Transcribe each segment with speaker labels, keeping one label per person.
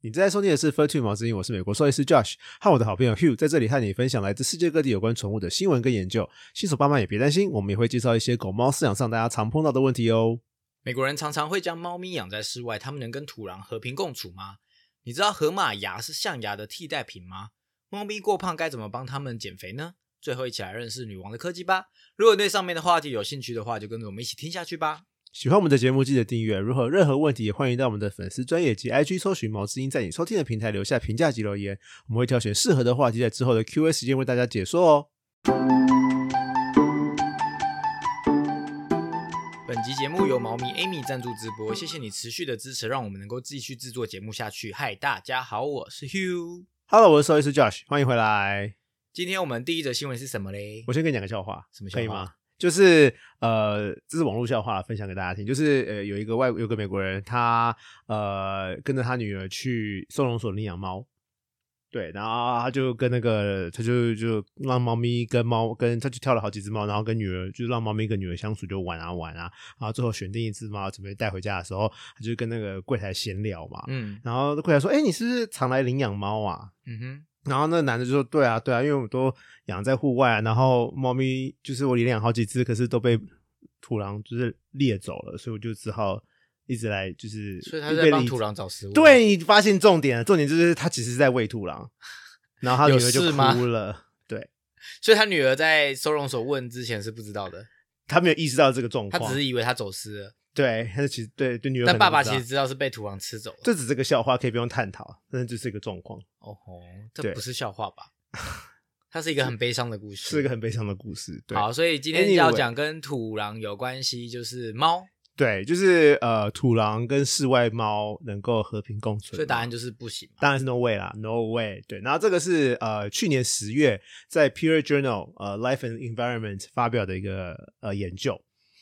Speaker 1: 你正在收听的是《f u r t u n e 毛之音》，我是美国兽医师 Josh 和我的好朋友 Hugh 在这里和你分享来自世界各地有关宠物的新闻跟研究。新手爸妈也别担心，我们也会介绍一些狗猫饲养上大家常碰到的问题哦。
Speaker 2: 美国人常常会将猫咪养在室外，它们能跟土壤和平共处吗？你知道河马牙是象牙的替代品吗？猫咪过胖该怎么帮它们减肥呢？最后一起来认识女王的科技吧！如果对上面的话题有兴趣的话，就跟着我们一起听下去吧。
Speaker 1: 喜欢我们的节目，记得订阅。如何任何问题，也欢迎到我们的粉丝专业及 IG 搜寻“毛之音”，在你收听的平台留下评价及留言，我们会挑选适合的话题，在之后的 Q&A 时间为大家解说哦。
Speaker 2: 本集节目由猫咪 Amy 赞助直播，谢谢你持续的支持，让我们能够继续制作节目下去。嗨，大家好，我是 Hugh。
Speaker 1: Hello，我是兽医师 Josh，欢迎回来。
Speaker 2: 今天我们第一则新闻是什么嘞？
Speaker 1: 我先跟你讲个笑话，
Speaker 2: 什么笑
Speaker 1: 可
Speaker 2: 话
Speaker 1: 以吗？就是呃，这是网络笑话，分享给大家听。就是呃，有一个外有个美国人，他呃跟着他女儿去收容所领养猫，对，然后他就跟那个他就就让猫咪跟猫跟他就挑了好几只猫，然后跟女儿就让猫咪跟女儿相处就玩啊玩啊，然后最后选定一只猫准备带回家的时候，他就跟那个柜台闲聊嘛，
Speaker 2: 嗯
Speaker 1: 然后柜台说：“哎、你是不是常来领养猫啊？”
Speaker 2: 嗯哼，
Speaker 1: 然后那男的就说：“对啊，对啊，因为我们都养在户外、啊，然后猫咪就是我领养好几只，可是都被土壤就是猎走了，所以我就只好一直来就是，
Speaker 2: 所以他是在帮土。壤找食物。
Speaker 1: 对，你发现重点了，重点就是他其实是在喂土壤，然后他女儿就
Speaker 2: 有事吗
Speaker 1: 哭了，对
Speaker 2: 所以他女儿在收容所问之前是不知道的，
Speaker 1: 他没有意识到这个状
Speaker 2: 他只
Speaker 1: 况，
Speaker 2: 是以为他走失了，
Speaker 1: 对，他其实对对女儿可能不知道，
Speaker 2: 但爸爸其实知道是被土壤吃走了。
Speaker 1: 这只是个笑话，可以不用探讨，但是这是一个状况，
Speaker 2: 哦吼，这
Speaker 1: 对
Speaker 2: 不是笑话 吧？它是一个很悲伤的故事。
Speaker 1: 是一个很悲伤的故事。对，
Speaker 2: 好，所以今天要
Speaker 1: Anyway
Speaker 2: 讲跟土壤有关系，就是猫，
Speaker 1: 对，就是呃，土狼跟室外猫能够和平共存嘛，
Speaker 2: 所以答案就是不行嘛。
Speaker 1: 当然是 no way 啦，no way。对，然后这个是呃去年十月在 Peer Journal 呃 Life and Environment 发表的一个呃研究。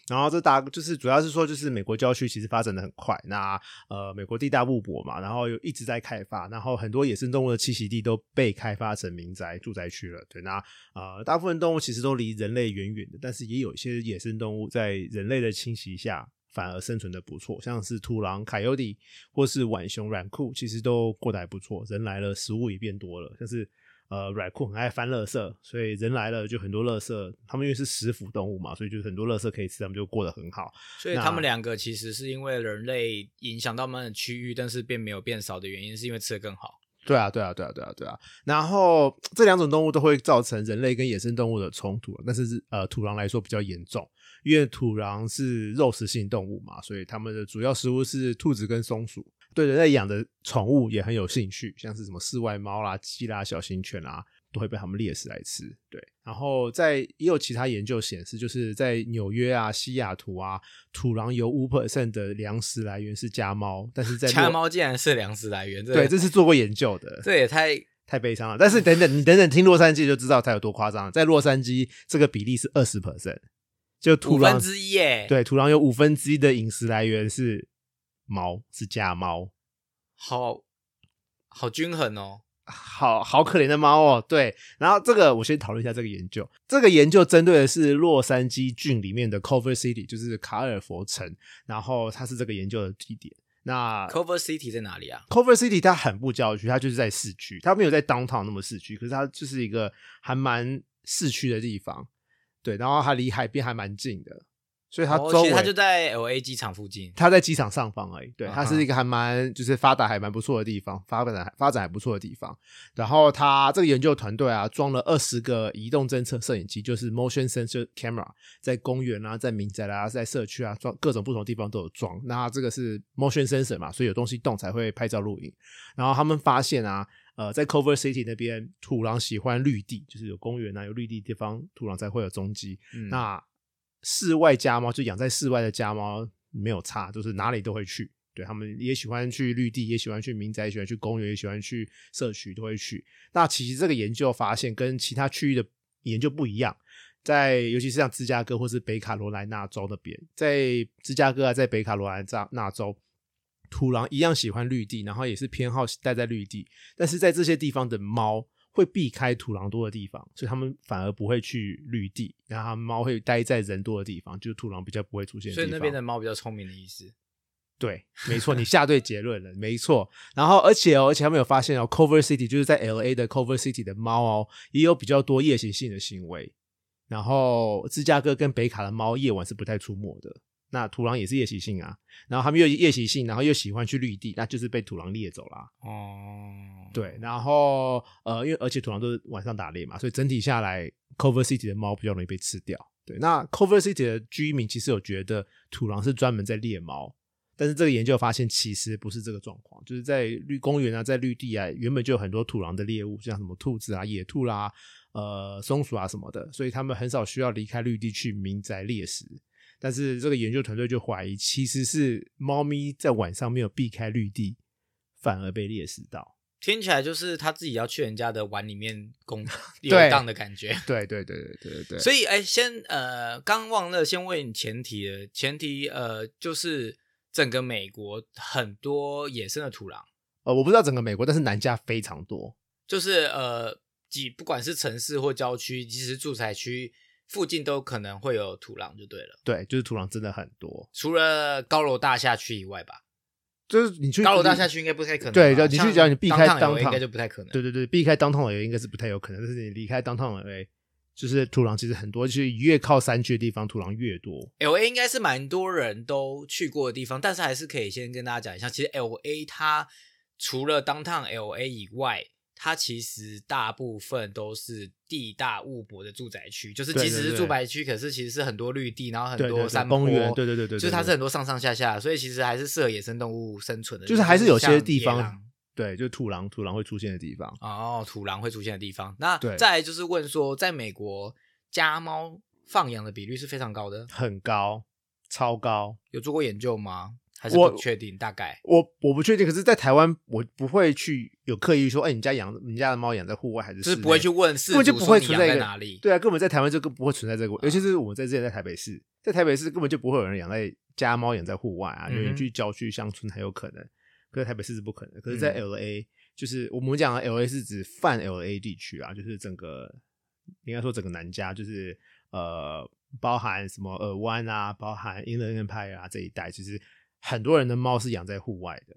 Speaker 1: 然后这大就是主要是说，就是美国郊区其实发展的很快，那呃美国地大物博嘛，然后又一直在开发，然后很多野生动物的栖息地都被开发成民宅住宅区了。对，那呃大部分动物其实都离人类远远的，但是也有一些野生动物在人类的侵袭下反而生存的不错，像是土狼、凯尤迪或是浣熊、软库，其实都过得还不错。人来了，食物也变多了，像是呃软库很爱翻垃圾，所以人来了就很多垃圾。它们因为是食腐动物嘛，所以就是很多垃圾可以吃，它们就过得很好。
Speaker 2: 所以
Speaker 1: 那
Speaker 2: 他们两个其实是因为人类影响到他们的区域，但是并没有变少的原因，是因为吃的更好。
Speaker 1: 对啊，对啊，对啊，对啊，对啊。然后这两种动物都会造成人类跟野生动物的冲突，但是呃，土狼来说比较严重，因为土狼是肉食性动物嘛，所以它们的主要食物是兔子跟松鼠。对人类养的宠物也很有兴趣，像是什么室外猫啦、鸡啦、小型犬啦，都会被他们猎食来吃。对，然后在也有其他研究显示，就是在纽约啊、西雅图啊，土狼有五 percent 的粮食来源是家猫，但是在
Speaker 2: 家
Speaker 1: 洛
Speaker 2: 猫竟然是粮食来源，
Speaker 1: 对，这
Speaker 2: 这
Speaker 1: 是做过研究 的，
Speaker 2: 这也太
Speaker 1: 太悲伤了。但是等等，你等等听洛杉矶就知道它有多夸张了。在洛杉矶，这个比例是二十 percent，就
Speaker 2: 五
Speaker 1: 土
Speaker 2: 分
Speaker 1: 壤
Speaker 2: 之一耶，，
Speaker 1: 对土壤有五分之一的饮食来源是猫，是家猫，
Speaker 2: 好好均衡哦。
Speaker 1: 好好可怜的猫哦。对，然后这个我先讨论一下这个研究。这个研究针对的是洛杉矶郡里面的 Culver City，就是卡尔佛城，然后它是这个研究的地点。那
Speaker 2: Cover City 在哪里啊？
Speaker 1: Culver City 它很不郊区，它就是在市区，它没有在 downtown 那么市区，可是它就是一个还蛮市区的地方，对，然后它离海边还蛮近的，所以它
Speaker 2: 哦
Speaker 1: 周
Speaker 2: 其
Speaker 1: 围、
Speaker 2: 实它就在 LA 机场附近。
Speaker 1: 它在机场上方而已，对，
Speaker 2: 啊哈
Speaker 1: 它是一个还蛮就是发达还蛮不错的地方，发展发展还不错的地方。然后它这个研究团队啊，装了二十个移动侦测摄影机，就是 motion sensor camera，在公园啊，在民宅啊，在社区啊，装各种不同地方都有装。那这个是 motion sensor 嘛，所以有东西动才会拍照录影。然后他们发现啊，呃，在 Cover City 那边，土狼喜欢绿地，就是有公园啊，有绿地地方，土狼才会有踪迹。
Speaker 2: 嗯
Speaker 1: 那室外家猫就养在室外的家猫没有差，就是哪里都会去。对他们也喜欢去绿地，也喜欢去民宅，也喜欢去公园，也喜欢去社区，都会去。那其实这个研究发现跟其他区域的研究不一样，在尤其是像芝加哥或是北卡罗来纳州那边，在芝加哥啊，在北卡罗来纳纳州，土狼一样喜欢绿地，然后也是偏好待在绿地，但是在这些地方的猫会避开土狼多的地方，所以它们反而不会去绿地，然后它们猫会待在人多的地方，就是土狼比较不会出现的
Speaker 2: 所
Speaker 1: 地
Speaker 2: 以
Speaker 1: 方。
Speaker 2: 那边的猫比较聪明的意思。
Speaker 1: 对，没错，你下对结论了，没错。然后，而且哦，而且他们有发现哦，Cover City 就是在 L A 的 Cover City 的猫哦，也有比较多夜行性的行为。然后，芝加哥跟北卡的猫夜晚是不太出没的。那土狼也是夜行性啊，然后他们又夜行性，然后又喜欢去绿地，那就是被土狼猎走啦。
Speaker 2: 哦，
Speaker 1: 对，然后呃，因为而且土狼都是晚上打猎嘛，所以整体下来，Cover City 的猫比较容易被吃掉。对，那 Cover City 的居民其实有觉得土狼是专门在猎猫，但是这个研究发现其实不是这个状况，就是在绿公园啊，在绿地啊，原本就有很多土狼的猎物，像什么兔子啊、野兔啦、呃松鼠啊什么的，所以他们很少需要离开绿地去民宅猎食。但是这个研究团队就怀疑，其实是猫咪在晚上没有避开绿地，反而被猎食到。
Speaker 2: 听起来就是他自己要去人家的碗里面工 游
Speaker 1: 对
Speaker 2: 荡的感觉。
Speaker 1: 对对对对对对对，
Speaker 2: 所以，哎，先呃，刚忘了先问前提了，前提呃，就是整个美国很多野生的土狼，
Speaker 1: 呃，我不知道整个美国，但是南加非常多。
Speaker 2: 就是呃，几不管是城市或郊区，即使住宅区附近都可能会有土狼，就对了。
Speaker 1: 对，就是土壤真的很多，
Speaker 2: 除了高楼大厦区以外吧，
Speaker 1: 就是你去
Speaker 2: 高楼大厦区应该不太可能吧。
Speaker 1: 嗯对就你去
Speaker 2: 像
Speaker 1: 只要你避开
Speaker 2: downtown 应
Speaker 1: downtown
Speaker 2: 该就不太可能。
Speaker 1: 对对对，避开当 o w 应该是不太有可能，但是你离开当 o w 就是土壤其实很多，就是越靠山区的地方，土壤越多。
Speaker 2: L A 应该是蛮多人都去过的地方，但是还是可以先跟大家讲一下，其实 L A 它除了当趟 L A 以外，它其实大部分都是地大物博的住宅区，就是
Speaker 1: 对
Speaker 2: 即使
Speaker 1: 对
Speaker 2: 是
Speaker 1: 对
Speaker 2: 住宅区，可是其实是很多绿地，然后很
Speaker 1: 对对
Speaker 2: 多
Speaker 1: 对
Speaker 2: 山
Speaker 1: 公
Speaker 2: 坡
Speaker 1: 园对对对对对
Speaker 2: 就是它
Speaker 1: 对
Speaker 2: 是很多上上下下，所以其实还是适合野生动物生存的，
Speaker 1: 就是还是有
Speaker 2: 像
Speaker 1: 些地
Speaker 2: 野狼
Speaker 1: 方，对，就是土壤土壤会出现的地方。
Speaker 2: 哦，土狼会出现的地方。那
Speaker 1: 对
Speaker 2: 再来就是问说，在美国家猫放养的比率是非常高的，
Speaker 1: 很高，超高。
Speaker 2: 有做过研究吗？还是
Speaker 1: 我
Speaker 2: 不确定？大概
Speaker 1: 我我不确定，可是，在台湾我不会去有刻意说，哎、你家养你家的猫养在户外还是
Speaker 2: 就是
Speaker 1: 室
Speaker 2: 不会
Speaker 1: 内
Speaker 2: 去问事
Speaker 1: 根本就
Speaker 2: 主
Speaker 1: 不
Speaker 2: 说
Speaker 1: 会
Speaker 2: 你
Speaker 1: 存
Speaker 2: 养
Speaker 1: 在一
Speaker 2: 在
Speaker 1: 个
Speaker 2: 哪里。
Speaker 1: 对啊，根本在台湾就更不会存在这个，尤其
Speaker 2: 嗯
Speaker 1: 是我们在之前在台北市，在台北市根本就不会有人养在家猫养在户外啊，
Speaker 2: 嗯
Speaker 1: 有
Speaker 2: 哼
Speaker 1: 人去郊区乡村还有可能，可是台北市是不可能。可是，在
Speaker 2: 嗯
Speaker 1: L A、就是我们讲的 L A 是指泛 L A 地区啊，就是整个应该说整个南加，就是呃包含什么耳湾啊，包含 Inland Empire 啊这一带，其实很多人的猫是养在户外的。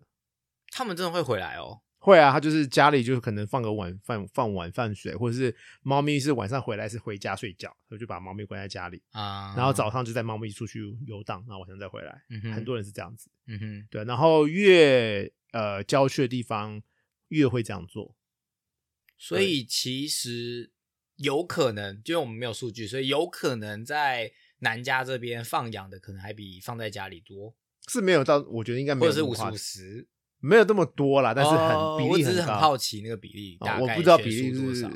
Speaker 2: 他们真的会回来哦。
Speaker 1: 会啊，他就是家里就是可能放个晚饭，放晚饭水，或者是猫咪是晚上回来是回家睡觉，所以就把猫咪关在家里，
Speaker 2: 啊、
Speaker 1: 然后早上就带猫咪出去游荡，然后晚上再回来。
Speaker 2: 嗯哼
Speaker 1: 很多人是这样子，
Speaker 2: 嗯哼，
Speaker 1: 对。然后越呃郊区的地方越会这样做，
Speaker 2: 所以其实有可能，因为我们没有数据，所以有可能在南家这边放养的可能还比放在家里多，
Speaker 1: 是没有到，我觉得应该没
Speaker 2: 或
Speaker 1: 有
Speaker 2: 者是
Speaker 1: 那么
Speaker 2: 五十
Speaker 1: 夸
Speaker 2: 五十。
Speaker 1: 没有这么多啦，但是很、
Speaker 2: 哦
Speaker 1: 比
Speaker 2: 我
Speaker 1: 例
Speaker 2: 只是很
Speaker 1: 高。
Speaker 2: 好奇那个比例，
Speaker 1: 哦
Speaker 2: 大概
Speaker 1: 我不知道
Speaker 2: 悬
Speaker 1: 比例
Speaker 2: 殊多
Speaker 1: 是
Speaker 2: 少。，
Speaker 1: 啊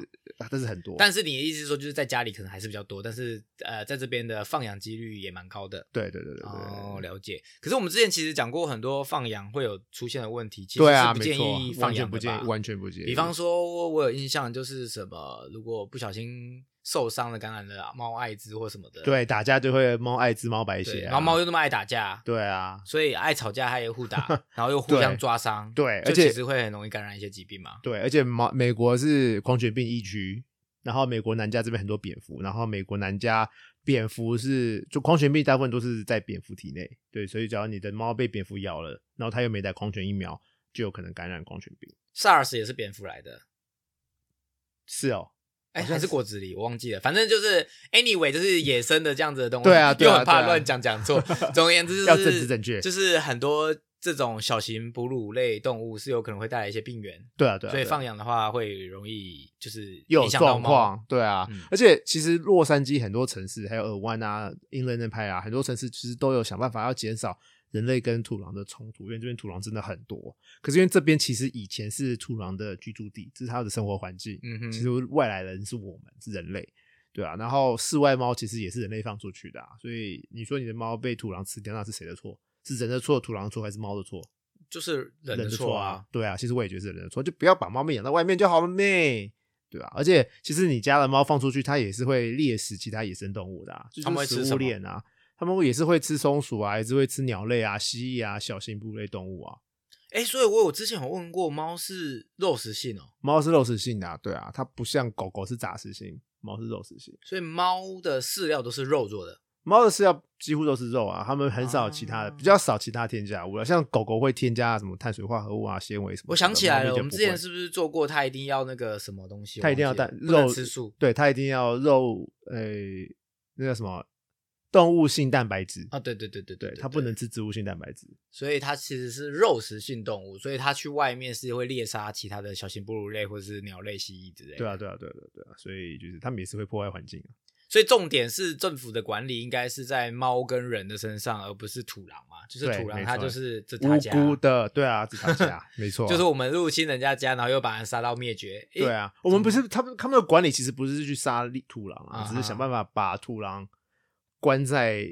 Speaker 1: 但是很多。
Speaker 2: 但是你的意思是说，就是在家里可能还是比较多，但是呃，在这边的放养几率也蛮高的。
Speaker 1: 对对对对对，
Speaker 2: 哦，了解。可是我们之前其实讲过很多放养会有出现的问题，其实
Speaker 1: 对啊，没
Speaker 2: 是不建
Speaker 1: 错
Speaker 2: 议，放
Speaker 1: 完
Speaker 2: 养
Speaker 1: 全
Speaker 2: 的
Speaker 1: 不建
Speaker 2: 吧
Speaker 1: 议，？完全不建议。
Speaker 2: 比方说，我有印象就是什么，如果不小心受伤了、感染了猫艾滋或什么的，
Speaker 1: 对，打架就会猫爱滋猫白
Speaker 2: 对，
Speaker 1: 血、啊，
Speaker 2: 然后猫又那么爱打架，
Speaker 1: 对啊，
Speaker 2: 所以爱吵架，它也互 打，然后又互相抓伤，
Speaker 1: 对
Speaker 2: 就
Speaker 1: 而且
Speaker 2: 其实会很容易感染一些疾病嘛。
Speaker 1: 对，而且毛美国是狂犬病疫区，然后美国南加这边很多蝙蝠，然后美国南加蝙蝠是就狂犬病大部分都是在蝙蝠体内，对，所以只要你的猫被蝙蝠咬了，然后它又没打狂犬疫苗，就有可能感染狂犬病。
Speaker 2: SARS 也是蝙蝠来的，
Speaker 1: 是哦，
Speaker 2: 哎，
Speaker 1: 好像
Speaker 2: 还
Speaker 1: 是
Speaker 2: 是果子狸，我忘记了。反正就是 anyway，就是野生的这样子的东西。
Speaker 1: 对啊对啊
Speaker 2: 因为我很怕
Speaker 1: 对啊
Speaker 2: 乱讲讲错。总而言之，就是
Speaker 1: 要政治正确
Speaker 2: 就是很多这种小型哺乳类动物是有可能会带来一些病源，
Speaker 1: 对啊，对啊，
Speaker 2: 所以
Speaker 1: 对啊
Speaker 2: 放养的话会容易就是
Speaker 1: 又有
Speaker 2: 影响到
Speaker 1: 状
Speaker 2: 猫。
Speaker 1: 况，对啊，
Speaker 2: 嗯
Speaker 1: 而且其实洛杉矶很多城市，还有尔湾啊、英伦那派啊，很多城市其实都有想办法要减少人类跟土狼的冲突，因为这边土狼真的很多。可是因为这边其实以前是土狼的居住地，这是它的生活环境，
Speaker 2: 嗯哼
Speaker 1: 其实外来人是我们是人类。对啊，然后室外猫其实也是人类放出去的、啊，所以你说你的猫被土狼吃掉，那是谁的错？是人的错、土狼的错还是猫的错？
Speaker 2: 就是
Speaker 1: 人
Speaker 2: 人的
Speaker 1: 的
Speaker 2: 错
Speaker 1: 错
Speaker 2: 啊。，
Speaker 1: 对啊，其实我也觉得是人的错，就不要把猫咪养在外面就好了咩，对啊，而且其实你家的猫放出去，它也是会猎食其他野生动物的、啊，就
Speaker 2: 它们会
Speaker 1: 是
Speaker 2: 吃什
Speaker 1: 食
Speaker 2: 么
Speaker 1: 物链啊，它们也是会吃松鼠啊，也是会吃鸟类啊、蜥蜴啊、小型哺乳类动物啊。
Speaker 2: 哎，所以我有之前有问过，猫是肉食性哦，
Speaker 1: 猫是肉食性的、啊，对啊，它不像狗狗是杂食性，猫是肉食性。
Speaker 2: 所以猫的饲料都是肉做的。
Speaker 1: 猫的饲料几乎都是肉啊，它们很少有其他的，
Speaker 2: 哦
Speaker 1: 比较少其他添加物了。像狗狗会添加什么碳水化合物啊、纤维什么的。
Speaker 2: 我想起来
Speaker 1: 猫咪
Speaker 2: 了，
Speaker 1: 就
Speaker 2: 我们
Speaker 1: 不
Speaker 2: 之
Speaker 1: 会
Speaker 2: 前是不是做过？它一定要那个什么东西？
Speaker 1: 它一定要
Speaker 2: 我忘
Speaker 1: 蛋
Speaker 2: 记了不能
Speaker 1: 肉
Speaker 2: 吃素
Speaker 1: 对，它一定要肉，呃，那叫什么动物性蛋白质
Speaker 2: 啊？对对对对
Speaker 1: 对，它
Speaker 2: 它
Speaker 1: 不能，吃植物性蛋白质。
Speaker 2: 所以它其实是肉食性动物，所以它去外面是会猎杀其他的小型哺乳类或是鸟类、蜥蜴之类的。
Speaker 1: 对啊，对啊，对啊对啊对啊，所以就是它们也是会破坏环境啊。
Speaker 2: 所以重点是政府的管理应该是在猫跟人的身上，而不是土狼嘛。就是
Speaker 1: 对
Speaker 2: 土狼，
Speaker 1: 没
Speaker 2: 它
Speaker 1: 错
Speaker 2: 就是这他
Speaker 1: 无
Speaker 2: 家，
Speaker 1: 辜的，对啊，这打架没错啊，
Speaker 2: 就是我们入侵人家家，然后又把人杀到灭绝。诶
Speaker 1: 对，啊，我们不是他们他们的管理其实不是去杀利土狼
Speaker 2: 啊
Speaker 1: 啊，
Speaker 2: 哈
Speaker 1: 只是想办法把土狼关在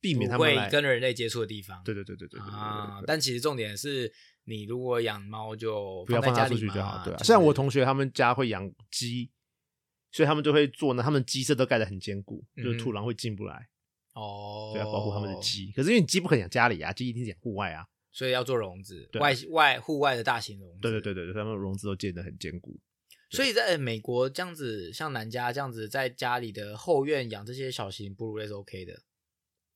Speaker 1: 避免他
Speaker 2: 不
Speaker 1: 们
Speaker 2: 会
Speaker 1: 来。
Speaker 2: 跟人类接触的地方。
Speaker 1: 对对对对对对对
Speaker 2: 啊
Speaker 1: 对，对
Speaker 2: 但其实重点是你如果养猫就
Speaker 1: 不要放
Speaker 2: 放在家
Speaker 1: 它
Speaker 2: 里
Speaker 1: 出去就好
Speaker 2: 嘛。
Speaker 1: 对啊，
Speaker 2: 就是
Speaker 1: 像我同学他们家会养鸡，所以他们就会做呢，他们鸡舍都盖得很坚固，就是
Speaker 2: 嗯哼
Speaker 1: 土狼会进不来，
Speaker 2: 哦，
Speaker 1: 对啊，保护他们的，鸡。可是因为你鸡不可能养家里啊，鸡一定是养户外啊。
Speaker 2: 所以要做笼子，
Speaker 1: 对啊
Speaker 2: 外外户外的大型笼子。
Speaker 1: 对对对对对，他们笼子都建得很坚固。
Speaker 2: 所以在呃美国这样子，像南家这样子，在家里的后院养这些小型哺乳类是 OK 的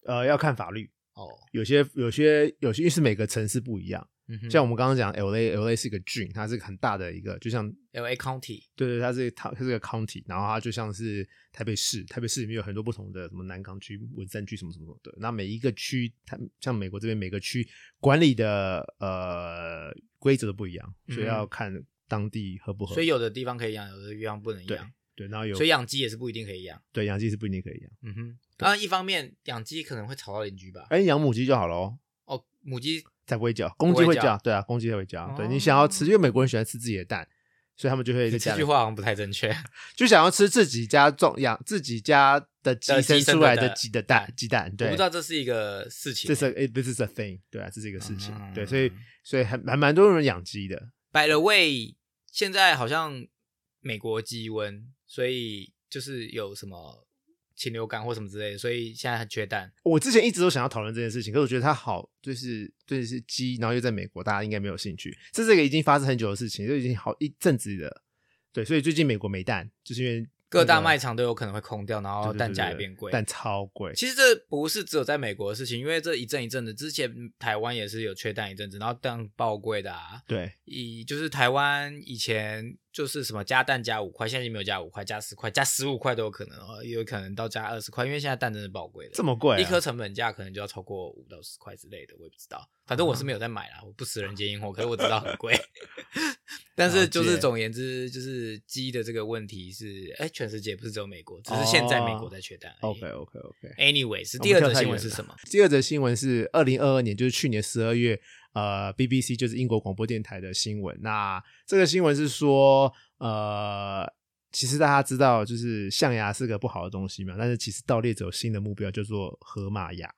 Speaker 1: 呃，要看法律，
Speaker 2: 哦。
Speaker 1: 有些有些有些，因为是每个城市不一样。
Speaker 2: 嗯哼，
Speaker 1: 像我们刚刚讲，L A L A 是一个郡，它是一个很大的一个，就像
Speaker 2: L A County，
Speaker 1: 对对，它是它它是个 county，然后它就像是台北市，台北市里面有很多不同的什么南港区、文山区什么什么什么的。那每一个区，它像美国这边每个区管理的呃规则都不一样，所以
Speaker 2: 嗯
Speaker 1: 要看当地合不合。
Speaker 2: 所以有的地方可以养，有的地方不能养，
Speaker 1: 哦对，然后有
Speaker 2: 所以养鸡也是不一定可以养。
Speaker 1: 对养鸡是不一定可以养，
Speaker 2: 嗯哼，啊，一方面养鸡可能会吵到邻居吧。
Speaker 1: 哎，养母鸡就好了哦，
Speaker 2: 哦，母鸡
Speaker 1: 才不会叫，公鸡
Speaker 2: 不会
Speaker 1: 会
Speaker 2: 叫
Speaker 1: 叫，对啊，公鸡会叫。对你
Speaker 2: 哦
Speaker 1: 想要吃，因为美国人喜欢吃自己的蛋，所以他们就 会在
Speaker 2: 这
Speaker 1: 家
Speaker 2: 句
Speaker 1: 里
Speaker 2: 话好像不太正确。
Speaker 1: 就想要吃自己家种养自己家的鸡
Speaker 2: 的鸡
Speaker 1: 生
Speaker 2: 生
Speaker 1: 出来
Speaker 2: 的
Speaker 1: 的鸡的蛋鸡蛋，
Speaker 2: 我
Speaker 1: 对
Speaker 2: 不知，道这是一个事情
Speaker 1: 这
Speaker 2: 欸。
Speaker 1: 是 it, this is a thing，对啊，这是一个事情，
Speaker 2: 嗯
Speaker 1: 对，所以所以还蛮蛮多人养鸡的，
Speaker 2: By the way，现在好像美国低温，所以就是有什么禽流感或什么之类的，所以现在很缺蛋。
Speaker 1: 我之前一直都想要讨论这件事情，可是我觉得它好，就是就是鸡，然后又在美国，大家应该没有兴趣。这是一个已经发生很久的事情，就已经好一阵子的。对，所以最近美国没蛋，就是因为
Speaker 2: 各大
Speaker 1: 那个
Speaker 2: 卖场都有可能会空掉，然后
Speaker 1: 对对对
Speaker 2: 蛋价
Speaker 1: 对
Speaker 2: 也
Speaker 1: 对
Speaker 2: 变贵。
Speaker 1: 蛋超贵。
Speaker 2: 其实这不是只有在美国的事情，因为这一阵一阵的，之前台湾也是有缺蛋一阵子，然后蛋爆贵的啊。
Speaker 1: 对，
Speaker 2: 以就是台湾以前就是什么加蛋加五块，现在已经没有加五块，加十块、加十五块都有可能哦，也有可能到加二十块，因为现在蛋真的爆贵了，
Speaker 1: 这么贵啊、
Speaker 2: 一颗成本价可能就要超过五到十块之类的，我也不知道。反
Speaker 1: 嗯
Speaker 2: 正我是没有在买啦，我不食人间烟火，可是我知道很贵。 但是就
Speaker 1: 了
Speaker 2: 是
Speaker 1: 解
Speaker 2: 总而言之，就是鸡的这个问题是，哎、全世界不是只有美国，只是现在美国在缺蛋而已。
Speaker 1: OK OK OK。
Speaker 2: Anyway，是
Speaker 1: 哦我们
Speaker 2: 第二
Speaker 1: 跳
Speaker 2: 则
Speaker 1: 太
Speaker 2: 新闻
Speaker 1: 远
Speaker 2: 是
Speaker 1: 了
Speaker 2: 什么？
Speaker 1: 第二则新闻是二零二二年，就是去年十二月，呃，BBC 就是英国广播电台的新闻。那这个新闻是说，呃，其实大家知道，就是象牙是个不好的东西嘛，但是其实盗猎者有新的目标叫做河马牙。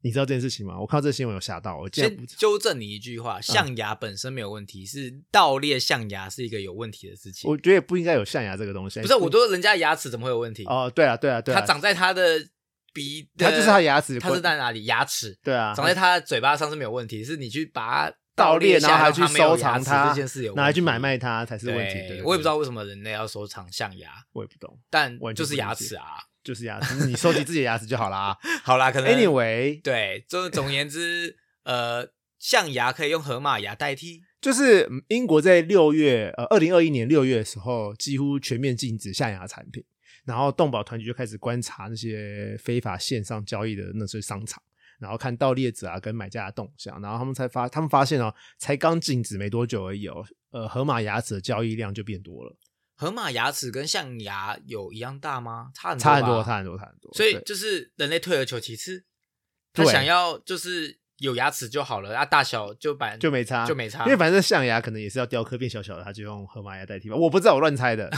Speaker 1: 你知道这件事情吗？我看到这新闻有吓到，我竟然不嗯
Speaker 2: 先纠正你一句话，象牙本身没有问题，是盗猎象牙是一个有问题的事情
Speaker 1: 我。觉得也不应该有象牙这个东西。
Speaker 2: 不是，啊我都人家牙齿怎么会有问题？
Speaker 1: 哦，对啊，对啊，对啊，
Speaker 2: 它长在它的鼻的，
Speaker 1: 它就是它牙齿
Speaker 2: 它是在哪里？牙齿
Speaker 1: 对啊，
Speaker 2: 长在它嘴巴上是没有问题，是你去把它
Speaker 1: 盗猎，然
Speaker 2: 下
Speaker 1: 后
Speaker 2: 来
Speaker 1: 还
Speaker 2: 让
Speaker 1: 去
Speaker 2: 它没有
Speaker 1: 收
Speaker 2: 牙
Speaker 1: 藏
Speaker 2: 齿
Speaker 1: 它，
Speaker 2: 这件事有问题
Speaker 1: 拿来去买卖它才是问题。对，对
Speaker 2: 我也不知，道
Speaker 1: 对
Speaker 2: 为什么人类要收藏象牙，
Speaker 1: 我也不懂。
Speaker 2: 但
Speaker 1: 完全
Speaker 2: 就是
Speaker 1: 不理
Speaker 2: 牙
Speaker 1: 解
Speaker 2: 齿啊。
Speaker 1: 就是牙齿，你收集自己的牙齿就好啦。
Speaker 2: 好啦，可能
Speaker 1: Anyway，
Speaker 2: 对，就是总而言之，呃，象牙可以用河马牙代替。
Speaker 1: 就是嗯英国在六月，呃，二零二一年六月的时候，几乎全面禁止象牙产品，然后动保团体就开始观察那些非法线上交易的那些商场。然后看盗猎者啊跟买家的动向，然后他们才发，他们发现哦，才刚禁止没多久而已哦，呃，河马牙齿的交易量就变多了，
Speaker 2: 河马牙齿跟象牙有一样大吗？差很
Speaker 1: 差很
Speaker 2: 吧
Speaker 1: 多，差很多，差很多。
Speaker 2: 所以
Speaker 1: 对
Speaker 2: 就是人类退而求其次，他
Speaker 1: 对
Speaker 2: 想要就是有牙齿就好了，啊，大小就把
Speaker 1: 就没差，
Speaker 2: 就没差，
Speaker 1: 因为反正象牙可能也是要雕刻变小小的，他就用河马牙代替吧，我不知道，我乱猜 的。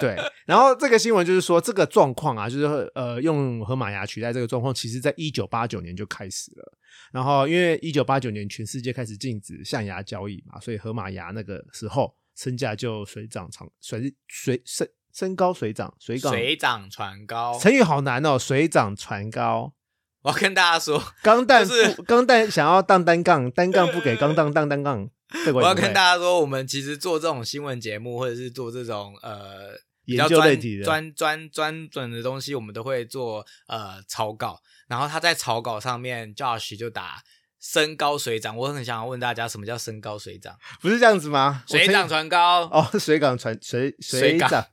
Speaker 1: 对，然后这个新闻就是说，这个状况啊，就是呃，用河马牙取代这个状况，其实在一九八九年就开始了。然后因为一九八九年全世界开始禁止象牙交易嘛，所以河马牙那个时候身价就水涨长水水升升高水涨水涨。
Speaker 2: 水涨船高。
Speaker 1: 成语好难哦，水涨船高。
Speaker 2: 我要跟大家说，
Speaker 1: 钢蛋不、
Speaker 2: 就是
Speaker 1: 钢蛋想要当单杠，单杠不给钢蛋当单杠。这个
Speaker 2: 我
Speaker 1: 也
Speaker 2: 要
Speaker 1: 不
Speaker 2: 跟
Speaker 1: 会
Speaker 2: 大家说，我们其实做这种新闻节目或者是做这种呃。比
Speaker 1: 研
Speaker 2: 较
Speaker 1: 究类
Speaker 2: 专
Speaker 1: 题的，
Speaker 2: 专专专准的东西，我们都会做呃草稿。然后他在草稿上面，Josh 就打身高水涨。我很想问大家，什么叫身高水涨？
Speaker 1: 不是这样子吗？
Speaker 2: 水
Speaker 1: 船
Speaker 2: 涨船高。
Speaker 1: 哦，水涨船水
Speaker 2: 水
Speaker 1: 水
Speaker 2: 港
Speaker 1: 涨，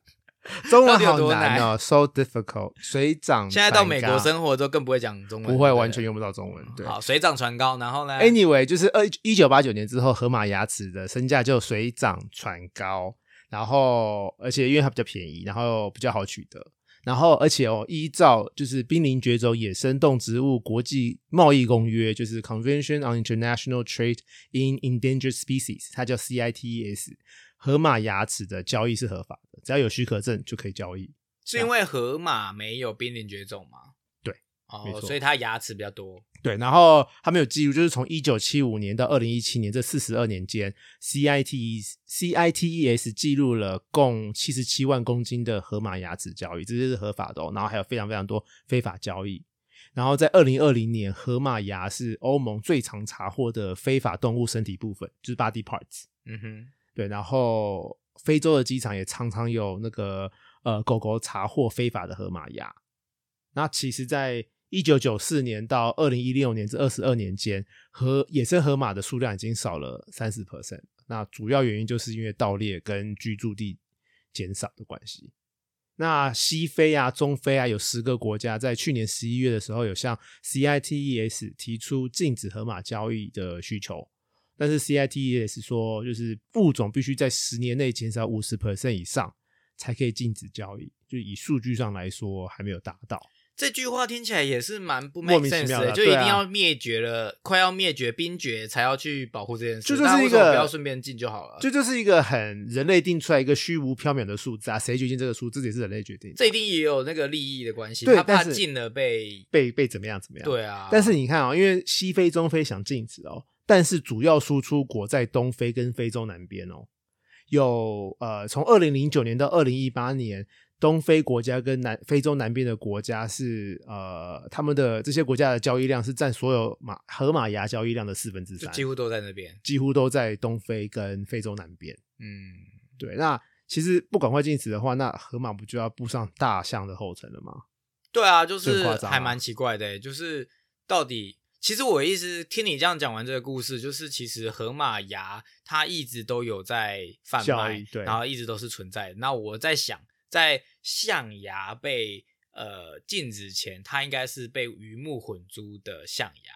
Speaker 1: 中文
Speaker 2: 到底有
Speaker 1: 好
Speaker 2: 多
Speaker 1: 难哦，so difficult。水涨
Speaker 2: 现在到
Speaker 1: 船
Speaker 2: 美
Speaker 1: 高
Speaker 2: 国生活都更不会讲中文，
Speaker 1: 不会哎
Speaker 2: 对
Speaker 1: 完全用不到中文，对。
Speaker 2: 好，水涨船高。然后呢？
Speaker 1: Anyway，就是二一九八九年之后，河马牙齿的身价就水涨船高，然后而且因为它比较便宜，然后比较好取得，然后而且哦，依照就是濒临绝种野生动植物国际贸易公约，就是 Convention on International Trade in Endangered Species，它叫 CITES，河 E 马牙齿的交易是合法的，只要有许可证就可以交易。
Speaker 2: 是因为河马没有濒临绝种吗？
Speaker 1: 对，没
Speaker 2: 哦，
Speaker 1: 错
Speaker 2: 所以它牙齿比较多。
Speaker 1: 对，然后他们有记录，就是从一九七五年到二零一七年这四十二年间，CITES CITES E 记录了共七十七万公斤的河马牙齿交易，这些是合法的哦。然后还有非常非常多非法交易。然后在二零二零年，河马牙是欧盟最常查获的非法动物身体部分，就是 body parts。
Speaker 2: 嗯哼，
Speaker 1: 对，然后非洲的机场也常常有那个呃狗狗查获非法的河马牙。那其实，在一九九四年到二零一六年这二十二年间，河野生河马的数量已经少了三十 percent。那主要原因就是因为盗猎跟居住地减少的关系。那西非啊、中非啊，有十个国家在去年十一月的时候，有向 CITES E 提出禁止河马交易的需求。但是 CITES 说，就是物种必须在十年内减少五十 percent 以上，才可以禁止交易。就以数据上来说，还没有达到。
Speaker 2: 这句话听起来也是蛮不
Speaker 1: 莫
Speaker 2: make
Speaker 1: 名其
Speaker 2: sense
Speaker 1: 妙
Speaker 2: 的，
Speaker 1: 的
Speaker 2: 就一定
Speaker 1: 对啊
Speaker 2: 要灭绝了，快要灭绝冰绝才要去保护这件事。
Speaker 1: 这就
Speaker 2: 那
Speaker 1: 是
Speaker 2: 为
Speaker 1: 一
Speaker 2: 什么
Speaker 1: 个
Speaker 2: 不要顺便进就好了。
Speaker 1: 这就是一个很人类定出来一个虚无缥缈的数字啊！谁决定这个数字，这也是人类决定的。
Speaker 2: 这一定也有那个利益的关系，
Speaker 1: 对
Speaker 2: 他怕
Speaker 1: 但是
Speaker 2: 进了被
Speaker 1: 被被怎么样怎么样？
Speaker 2: 对啊。
Speaker 1: 但是你看啊、因为西非、中非想禁止哦，但是主要输出国在东非跟非洲南边哦。有呃，从二零零九年到二零一八年，东非国家跟南非洲南边的国家是呃，他们的这些国家的交易量是占所有马河马牙交易量的四分之
Speaker 2: 就
Speaker 1: 三，
Speaker 2: 几乎都在那边。
Speaker 1: 几乎都在东非跟非洲南边。
Speaker 2: 嗯，
Speaker 1: 对，那其实不赶快禁止的话，那河马不就要步上大象的后尘了吗？
Speaker 2: 对啊，就
Speaker 1: 这很
Speaker 2: 是
Speaker 1: 夸张啊
Speaker 2: 还蛮奇怪的欸、就是到底，其实我一直听你这样讲完这个故事，就是其实河马牙它一直都有在贩
Speaker 1: 效
Speaker 2: 卖
Speaker 1: 益，对
Speaker 2: 然后一直都是存在的。那我在想，在象牙被呃禁止前，它应该是被鱼目混珠的象牙，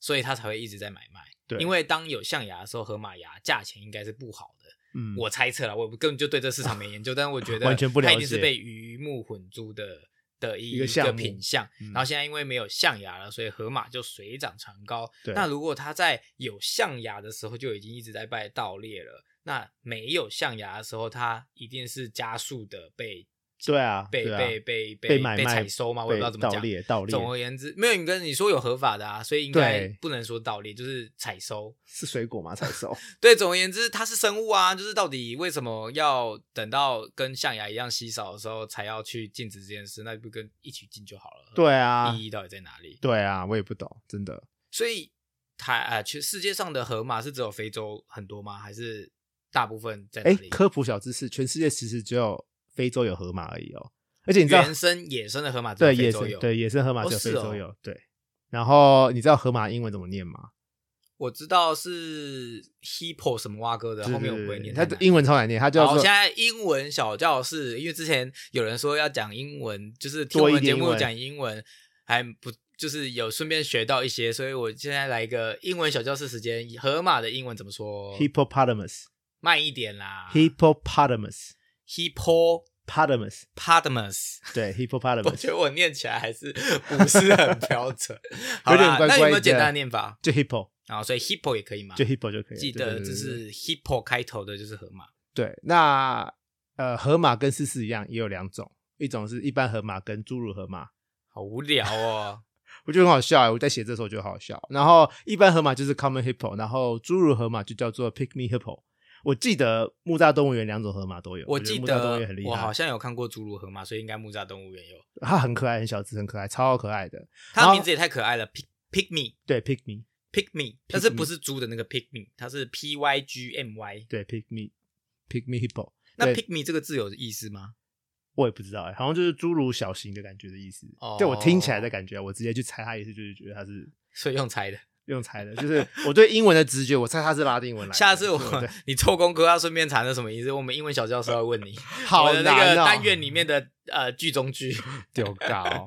Speaker 2: 所以它才会一直在买卖。
Speaker 1: 对，
Speaker 2: 因为当有象牙的时候，河马牙价钱应该是不好的。
Speaker 1: 嗯，
Speaker 2: 我猜测了，我根本就对这市场没研究，但是我觉得
Speaker 1: 完全不了
Speaker 2: 它
Speaker 1: 解
Speaker 2: 一定是被鱼目混珠的的一
Speaker 1: 一个项
Speaker 2: 个
Speaker 1: 目
Speaker 2: 品相。
Speaker 1: 嗯
Speaker 2: 然后现在因为没有象牙了，所以河马就水涨船高。
Speaker 1: 对
Speaker 2: 那如果它在有象牙的时候就已经一直在被盗猎了，那没有象牙的时候，它一定是加速的被
Speaker 1: 对啊，
Speaker 2: 被
Speaker 1: 对啊
Speaker 2: 被被
Speaker 1: 被买卖
Speaker 2: 采收嘛，我也不知道怎么
Speaker 1: 盗
Speaker 2: 讲。
Speaker 1: 猎盗猎
Speaker 2: 总而言之，没有你跟你说有合法的啊，所以应该
Speaker 1: 对
Speaker 2: 不能说盗猎，就是采收。
Speaker 1: 是水果吗？采 收
Speaker 2: 对，总而言之，它是生物啊，就是到底为什么要等到跟象牙一样稀少的时候才要去禁止这件事？那不跟一起禁就好了？
Speaker 1: 对啊
Speaker 2: 意义到底在哪里？
Speaker 1: 对啊，我也不懂，真的。
Speaker 2: 所以台啊，其实世界上的河马是只有非洲很多吗？还是大部分在哪
Speaker 1: 哎，
Speaker 2: 里？
Speaker 1: 科普小知识，全世界其实只有非洲有河马而已哦。而且你知道
Speaker 2: 原，生野生的河马只有
Speaker 1: 对
Speaker 2: 非
Speaker 1: 野
Speaker 2: 洲
Speaker 1: 生
Speaker 2: 有。
Speaker 1: 对野生河马
Speaker 2: 哦
Speaker 1: 只有非
Speaker 2: 是哦
Speaker 1: 洲有对。然后你知道河马英文怎么念吗？
Speaker 2: 我知道是 hippo 什么蛙哥的，
Speaker 1: 对
Speaker 2: 后面
Speaker 1: 对
Speaker 2: 我
Speaker 1: 对
Speaker 2: 不会
Speaker 1: 对
Speaker 2: 念太
Speaker 1: 它
Speaker 2: 难了。
Speaker 1: 英文超难念，它叫
Speaker 2: 好，
Speaker 1: 做
Speaker 2: 现在英文小教室，因为之前有人说要讲英文，就是听我
Speaker 1: 多一
Speaker 2: 们节
Speaker 1: 点英
Speaker 2: 目
Speaker 1: 文
Speaker 2: 讲英文，还不就是有顺便学到一些，所以我现在来一个英文小教室时间。河马的英文怎么说？
Speaker 1: hippopotamus。
Speaker 2: 慢一点啦
Speaker 1: hippopotamus
Speaker 2: ，hippopotamus。
Speaker 1: potamus 对 hippopotamus
Speaker 2: 我觉得我念起来还是不是很 标准，好
Speaker 1: 有点
Speaker 2: 啦
Speaker 1: 怪
Speaker 2: 那有没有
Speaker 1: 怪
Speaker 2: 简单的
Speaker 1: 的
Speaker 2: 念法
Speaker 1: 就 hippo
Speaker 2: 啊？所以 hippo 也可以吗？
Speaker 1: 就 hippo 就可以了。
Speaker 2: 记
Speaker 1: 对
Speaker 2: 得
Speaker 1: 对对
Speaker 2: 就
Speaker 1: 对
Speaker 2: 是 hippo 开头的就是河马。
Speaker 1: 对，那呃，河马跟狮子一样，也有两种，一种是一般河马跟侏儒河马，
Speaker 2: 好无聊哦，
Speaker 1: 我觉得很好笑、欸。我在写这时候觉得好笑。然后一般河马就是 common hippo，然后侏儒河马就叫做 pygmy hippo。我记得木栅动物园两种河马都有，我觉
Speaker 2: 记
Speaker 1: 木栅动物
Speaker 2: 得
Speaker 1: 园很厉
Speaker 2: 我好
Speaker 1: 害，
Speaker 2: 像有看过侏儒河马，所以应该木栅动物园有。
Speaker 1: 它很可爱，很小只，很可爱，超可爱的。
Speaker 2: 它
Speaker 1: 然
Speaker 2: 的
Speaker 1: 后
Speaker 2: 名字也太可爱了，pig pygmy
Speaker 1: 对 pygmy，
Speaker 2: pygmy，但是不是猪的那个 pygmy，它是 p y g m y。
Speaker 1: 对 pygmy，pygmy hippo。
Speaker 2: 那
Speaker 1: 对
Speaker 2: pygmy 这个字有意思吗？
Speaker 1: 我也不知道、欸，好像就是侏儒小型的感觉的意思。
Speaker 2: 哦
Speaker 1: 对我听起来的感觉，啊我直接去猜它意思，就是觉得它是
Speaker 2: 所以用猜的。
Speaker 1: 用猜的，就是我对英文的直觉，我猜它是拉丁文来的。
Speaker 2: 下次我
Speaker 1: 对
Speaker 2: 你做功课要顺便查那什么意思，我们英文小教授要问你。
Speaker 1: 好
Speaker 2: 我的那个
Speaker 1: 难哦、
Speaker 2: 单元里面的呃剧 中剧。
Speaker 1: 丢高。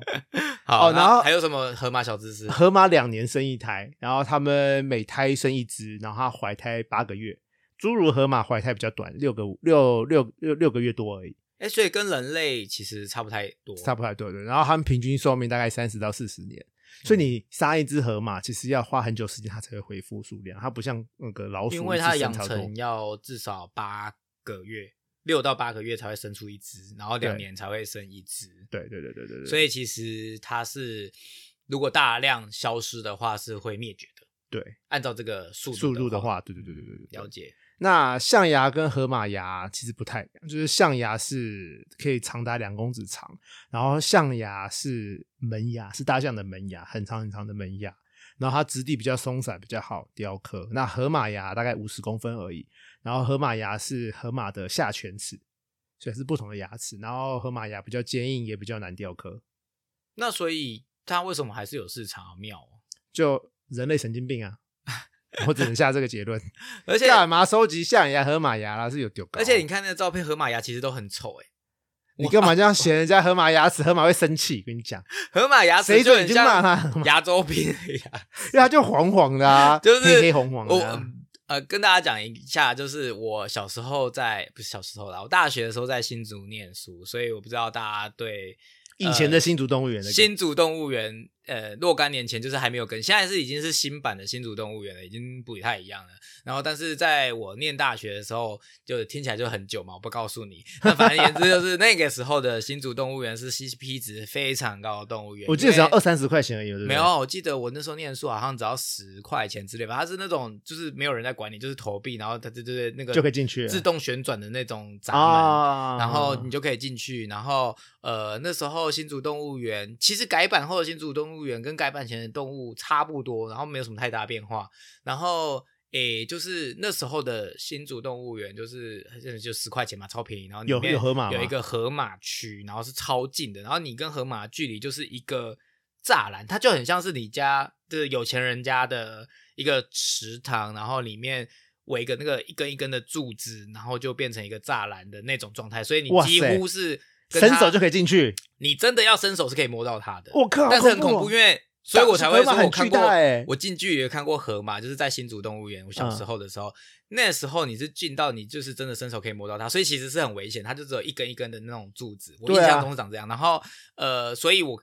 Speaker 2: 好，
Speaker 1: 哦
Speaker 2: 然
Speaker 1: 然后
Speaker 2: 还有什么河马小知 识？
Speaker 1: 河马两年生一胎，然后它们每胎生一只，然后它怀胎八个月。侏儒河马怀胎比较短，六个六六六六个月多而已，
Speaker 2: 哎，所以跟人类其实差不太多。
Speaker 1: 差不太多对。然后它们平均寿命大概三十到四十年，所以
Speaker 2: 嗯
Speaker 1: 你杀一只河马其实要花很久时间它才会恢复数量，它不像那个老鼠，
Speaker 2: 因为它的养
Speaker 1: 一次生超
Speaker 2: 成
Speaker 1: 多
Speaker 2: 要至少八个月，六到八个月才会生出一只，然后两
Speaker 1: 对
Speaker 2: 年才会生一只。
Speaker 1: 对对对对对对，
Speaker 2: 所以其实它是如果大量消失的话是会灭绝的。
Speaker 1: 对
Speaker 2: 按照这个速
Speaker 1: 速度
Speaker 2: 的
Speaker 1: 的话，对对对对对对，
Speaker 2: 了解。
Speaker 1: 那象牙跟河马牙其实不太一样，就是象牙是可以长达两公尺长，然后象牙是门牙，是大象的门牙，很长很长的门牙，然后它质地比较松散，比较好雕刻。那河马牙大概五十公分而已，然后河马牙是河马的下犬齿，所以是不同的牙齿。然后河马牙比较坚硬，也比较难雕刻，
Speaker 2: 那所以它为什么还是有市场？好妙哦！
Speaker 1: 就人类神经病 啊！我只能下这个结论。
Speaker 2: 而且
Speaker 1: 干嘛收集象牙、河马牙啦？是有丢高。
Speaker 2: 而且你看那个照片，河马牙其实都很丑哎、
Speaker 1: 你干嘛这样嫌人家河马牙齿？河马会生气，跟你讲，
Speaker 2: 河马牙齿
Speaker 1: 谁
Speaker 2: 就
Speaker 1: 准
Speaker 2: 很
Speaker 1: 你去骂
Speaker 2: 像
Speaker 1: 他？因
Speaker 2: 牙周病的牙。
Speaker 1: 为他就黄黄的啊，
Speaker 2: 就是
Speaker 1: 黑黑红黄
Speaker 2: 我
Speaker 1: 的啊、
Speaker 2: 嗯呃跟大家讲一下，就是我小时候在不是小时候啦，我大学的时候在新竹念书，所以我不知道大家对
Speaker 1: 以前的新竹动物园的
Speaker 2: 新竹动物园，呃，若干年前就是还没有跟，现在是已经是新版的新竹动物园了，已经不太一样了。然后，但是在我念大学的时候，就听起来就很久嘛，我不告诉你。那反正言之就是那个时候的新竹动物园是 CP 值非常高的动物园，
Speaker 1: 我记得只要
Speaker 2: 因为
Speaker 1: 二三十块钱而已，对不对
Speaker 2: 没有，，我记得我那时候念书好像只要十块钱之类吧，它是那种就是没有人在管你，就是投币，然后它对对对那个
Speaker 1: 就可以进去了
Speaker 2: 自动旋转的那种闸门。
Speaker 1: 啊。
Speaker 2: 然后你就可以进去。然后呃，那时候新竹动物园其实改版后的新竹动物园跟改版前的动物差不多，然后没有什么太大变化。然后诶，就是那时候的新竹动物园就是呃就十块钱嘛，超便宜。然后里
Speaker 1: 有
Speaker 2: 面
Speaker 1: 有河马吗
Speaker 2: 有一个河马区，然后是超近的。然后你跟河马的距离就是一个栅栏，它就很像是你家的有钱人家的一个池塘，然后里面。围个那个一根一根的柱子，然后就变成一个栅栏的那种状态，所以你
Speaker 1: 哇
Speaker 2: 几
Speaker 1: 塞
Speaker 2: 乎是跟它
Speaker 1: 伸手就可以进，去，
Speaker 2: 你真的要伸手是可以摸到它的。
Speaker 1: 我靠，
Speaker 2: 但是很恐
Speaker 1: 恐哦
Speaker 2: 怖，因为所以我才会
Speaker 1: 河马
Speaker 2: 说
Speaker 1: 很
Speaker 2: 我看
Speaker 1: 巨
Speaker 2: 过
Speaker 1: 大欸，
Speaker 2: 我近距离有看过河马，就是在新竹动物园，我小时候的时候，
Speaker 1: 嗯
Speaker 2: 那时候你是近到你就是真的伸手可以摸到它，所以其实是很危险，它就只有一根一根的那种柱子，我印
Speaker 1: 对啊
Speaker 2: 象中是长这样。然后呃，所以我。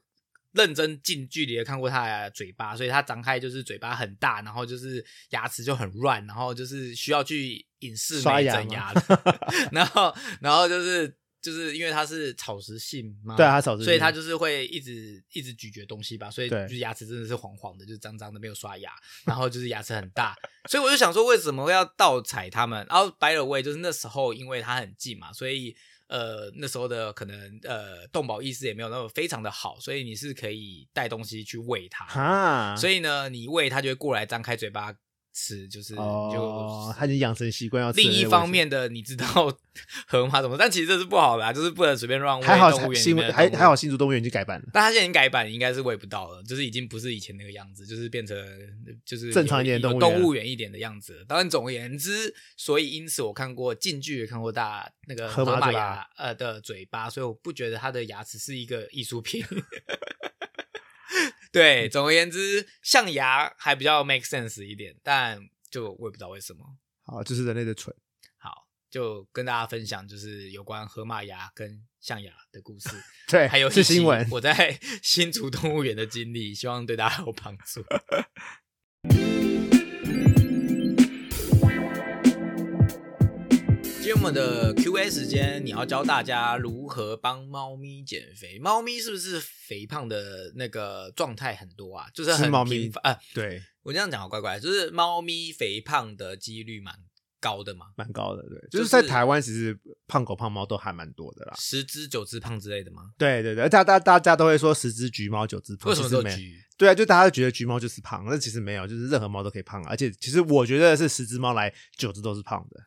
Speaker 2: 认真近距离的看过它的嘴巴，所以它张开就是嘴巴很大，然后就是牙齿就很乱，然后就是需要去隐适
Speaker 1: 刷
Speaker 2: 美
Speaker 1: 牙
Speaker 2: 整
Speaker 1: 吗
Speaker 2: 牙的。 然后，然后就是就是因为它是草食性嘛，
Speaker 1: 对啊，它手指，
Speaker 2: 所以它就是会一直一直咀嚼东西吧，所以
Speaker 1: 对
Speaker 2: 就是牙齿真的是黄黄的，就是脏脏的，没有刷 牙，然后就是牙齿很大，所以我就想说为什么要盗采它们？然后 by the way，就是那时候因为它很近嘛，所以呃那时候的可能呃动保意识也没有那么非常的好，所以你是可以带东西去喂它，
Speaker 1: 哈，
Speaker 2: 所以呢你喂它就会过来张开嘴巴吃，就是你
Speaker 1: 哦
Speaker 2: 就，
Speaker 1: 它已经养成习惯要吃
Speaker 2: 另
Speaker 1: 人类
Speaker 2: 一
Speaker 1: 喂
Speaker 2: 方
Speaker 1: 食，
Speaker 2: 面的，你知道 河马怎么？但其实这是不好的、啊，就是不能随便乱喂
Speaker 1: 还好
Speaker 2: 动物园里
Speaker 1: 新
Speaker 2: 面的
Speaker 1: 还
Speaker 2: 动物
Speaker 1: 还好新竹动物园已经改版了，
Speaker 2: 但它现在已经改版，应该是喂不到了，就是已经不是以前那个样子，就是变成就是
Speaker 1: 正常一点的
Speaker 2: 有有
Speaker 1: 动物园
Speaker 2: 动物园一点的样子了。当然，总而言之，所以因此我看过近距离看过大那个
Speaker 1: 河
Speaker 2: 河
Speaker 1: 马
Speaker 2: 马
Speaker 1: 嘴巴
Speaker 2: 牙呃的嘴巴，所以我不觉得它的牙齿是一个艺术品。 对，总而言之，象牙还比较 make sense 一点，但就我也不知道为什么。
Speaker 1: 好，就是人类的蠢。
Speaker 2: 好，就跟大家分享就是有关河马牙跟象牙的故事。
Speaker 1: 对，
Speaker 2: 还有一
Speaker 1: 是
Speaker 2: 集
Speaker 1: 新闻。
Speaker 2: 我在 新竹动物园的经历，希望对大家有帮助。今天我们的 Q&A 时间，你要教大家如何帮猫咪减肥。猫咪是不是肥胖的那个状态很多啊？就是
Speaker 1: 是
Speaker 2: 很
Speaker 1: 猫咪
Speaker 2: 频繁啊。
Speaker 1: 对，
Speaker 2: 我这样讲好怪怪，就是猫咪肥胖的几率蛮高的嘛，
Speaker 1: 蛮高的，对，就
Speaker 2: 就
Speaker 1: 是是在台湾，其实胖狗胖猫都还蛮多的啦。
Speaker 2: 十只九只胖之类的吗？
Speaker 1: 对对对，大大大家都会说十只橘猫九只胖，
Speaker 2: 为什么
Speaker 1: 哦其实
Speaker 2: 都
Speaker 1: 没有？
Speaker 2: 橘？
Speaker 1: 对啊，就大家都觉得橘猫就是胖，但其实没有，就是任何猫都可以胖啊。而且其实我觉得是十只猫来九只都是胖的，